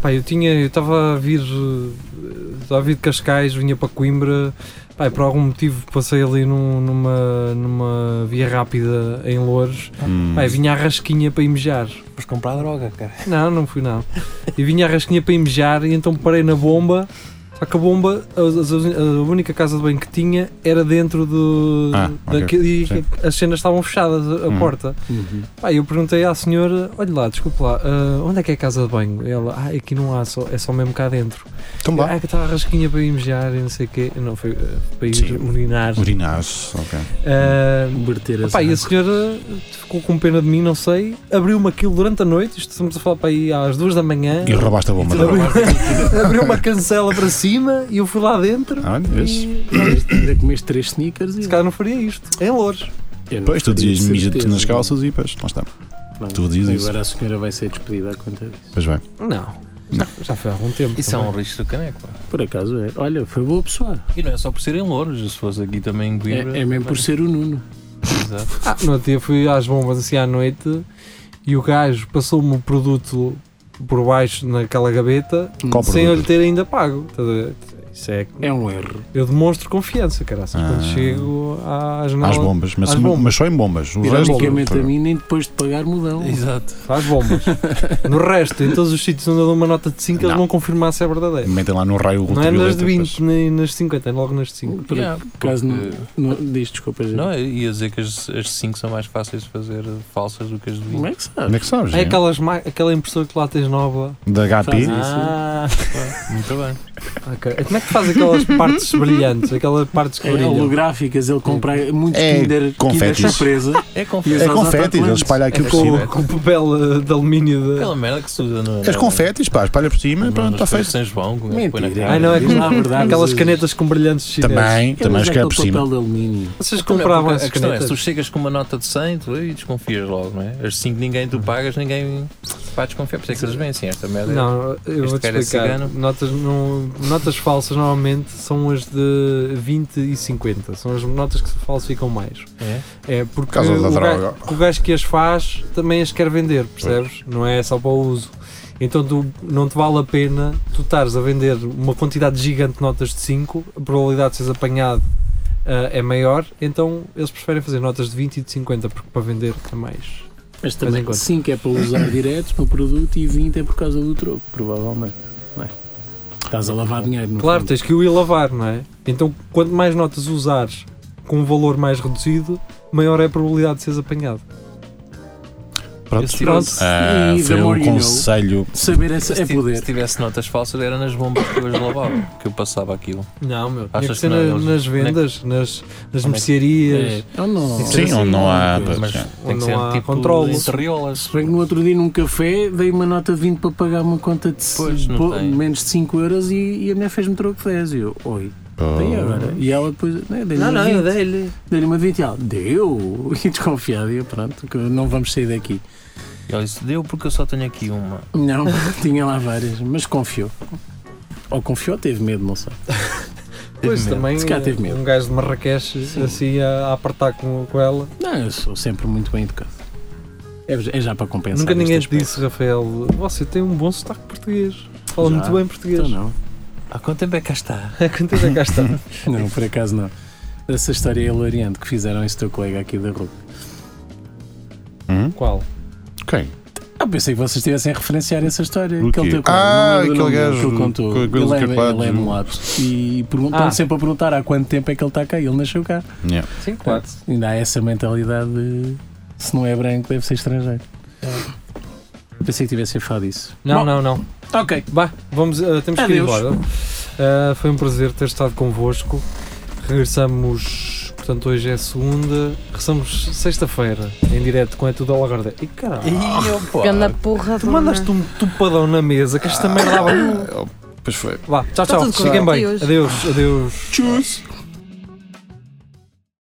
Pá, eu tinha, eu estava a vir, eh, estava a vir de Cascais, vinha para Coimbra, pá, e por algum motivo passei ali num- numa, numa via rápida em Loures, Hum, pá, e vinha a rasquinha para imejar. Vamos comprar droga, cara. Não, não fui não. E vinha a rasquinha para imejar e então parei na bomba Só que a bomba, a, a- a única casa de banho que tinha era dentro do. Ah, ok, daquilo- e sim. as cenas estavam fechadas, a a Uhum. porta. Pá, eu perguntei à senhora: olha lá, desculpe lá, ah, onde é que é a casa de banho? Ela, ah, aqui não há, só, é só mesmo cá dentro. Então É. Ah, que estava a rasquinha para ir mejar e não sei o quê. Não, foi ah, para ir Sim. urinar. Urinás, ok. Ah, Berter Opa, e a senhora ficou com pena de mim, não sei. Abriu-me aquilo durante a noite, isto estamos a falar para aí às duas da manhã. E roubaste a bomba. Então não é? Abriu, abriu uma cancela para cima e eu fui lá dentro. Ah, vês? E Ainda comeste três sneakers e. se calhar não faria isto. Em Louros. Eu não Pois, tu faria, dizias mija-te certeza. nas calças e pois, lá está. Pronto. tu dizias isso. Agora a senhora vai ser despedida à conta disso. Pois bem. Não. Já foi há algum tempo. Isso é um também. risco do caneco. pá. Por acaso é. Olha, foi boa pessoa. E não é só por serem louros, se fosse aqui também em Coimbra. É, é mesmo por ser o Nuno. Exato. Ah, no outro dia fui às bombas assim à noite e o gajo passou-me o produto por baixo naquela gaveta Qual sem eu lhe produto? ter ainda pago. Estás a ver? Isso é. É um erro. Eu demonstro confiança, caraças. Quando Ah. chego à Às janela. bombas. Mas, às bombas. mas só em bombas. O resto. Ironicamente a mim, nem é depois de pagar mudão. Exato. Faz bombas. no resto, em todos os sítios onde eu dou uma nota de 5, eles Não. vão confirmar se é verdadeiro. Metem lá no raio Não é nas ultravioleta, de pois. 20, nem nas de 50, é logo nas de 5. Por Yeah, acaso porque- não, não. Diz desculpas. Não, eu ia dizer que as, as 5 são mais fáceis de fazer falsas do que as de 20. Como é que sabe? Como é que sabes? É hein? aquelas, ma- aquela impressora que lá tens nova. Da HP. Faz Ah, Muito bem. ok. Como é que faz aquelas partes brilhantes? Aquelas partes que É, brilham? holográficas, ele compra muitos É Kinder, Kinder confetis. surpresa. É E confetes. É usas confetis, ele autocolantes. espalha É aquilo por com, cima. com o papel eh, de alumínio de. Aquela merda que se usa no. És confetis, pá, espalha por cima, no- pronto, nas está coisas de feito. São João, com- Mentira. põe na cara. Ai, não, é Diz como lá a verdade, aquelas mas- canetas com brilhantes chineses. Também, também Mas espalha por aquele cima. papel de alumínio. Vocês Não, compravam porque essas a questão é, se tu canetas? chegas com uma nota de 100, tu aí desconfias logo, não é? As 5 ninguém tu pagas, ninguém vai desconfiar. Por isso é que eles vêm assim, esta merda. Não, eu Este vou te cara é explicar. cigano. Notas, não, notas falsas normalmente são as de 20 e 50. São as notas que se falsificam mais. É? É porque causa da o, droga. gajo, que o gajo que as faz também as quer vender, percebes? Não é só para o uso. Então tu, não te vale a pena tu estares a vender uma quantidade gigante de notas de 5, a probabilidade de seres apanhado ah, é maior, então eles preferem fazer notas de 20 e de 50 porque para vender é mais. Mas Mas também enquanto- 5 é para usar direto no produto e 20 é por causa do troco, provavelmente. Não é? Estás a lavar dinheiro, no Claro, fundo. tens que o ir lavar, não é? Então quanto mais notas usares com um valor mais reduzido, maior é a probabilidade de seres apanhado. Pronto. Se Pronto. tivesse- Ah, E the foi more um you know. conselho. Saber essa é se ti- poder. tipo Se tivesse notas falsas, era nas bombas que eu as lavava, que eu passava aquilo. Não, meu. Tinha Achas que ser que não, na- eles- nas vendas, nas, nas mercearias. É, Oh, ou não. Sim, onde não há. Mas pois, tem Onde que não ser há tipo controle. de terriolas. Se bem que no outro dia, num café, dei uma nota de 20 para pagar uma conta de Pois, não pô- tem. menos de 5 euros e, e a mulher fez-me troco de 10. E eu, oi, tem agora. E ela depois, né, dei-lhe uma, eu 20, dei-lhe. dei-lhe uma 20 e ela, deu! E desconfiado, e eu, pronto, que não vamos sair daqui. Olha, isso deu porque eu só tenho aqui uma. Não, tinha lá várias, mas confiou. Ou confiou ou teve medo, não sei. Pois medo. também, Se calhar teve eh, medo. um gajo de Marrakech assim a, a apertar com, com ela. Não, eu sou sempre muito bem educado. É, é já para compensar. Nunca ninguém este te disse, Rafael, você tem um bom sotaque português. Fala Já. muito bem aspecto. português. Então não. Há quanto tempo é que cá está? É quanto é que cá está? Não, por acaso não. Essa história é hilariante que fizeram esse teu colega aqui da rua. Hum? Qual? Quem? Ah, pensei que vocês estivessem a referenciar essa história. Do Aquele quê? teu colega, Ah, não me lembro do aquele nome dele gajo que ele contou. com aqueles Ele é, carpados, ele é o- mulato. E pergun- Ah. estão sempre a perguntar há quanto tempo é que ele está cá. Ele nasceu cá. Yeah. Sim, claro. Ainda há essa mentalidade de se não é branco, deve ser estrangeiro. Pensei que tivesse afado isso. Não, Bom, não, não. Ok. Bah, vamos, eh, temos que ir Adeus. embora. Eh, foi um prazer ter estado convosco. Regressamos, portanto, hoje é segunda. Regressamos sexta-feira, em direto com É Tudo ao Lagarda. E caralho, E eu, pô. Ganda porra tu mandaste um tupadão na mesa que esta merda dava. Pois foi. Vá, tchau, Está tchau. Tá tudo Fiquem correto. bem. Adeus. Adeus, adeus. Tchuss.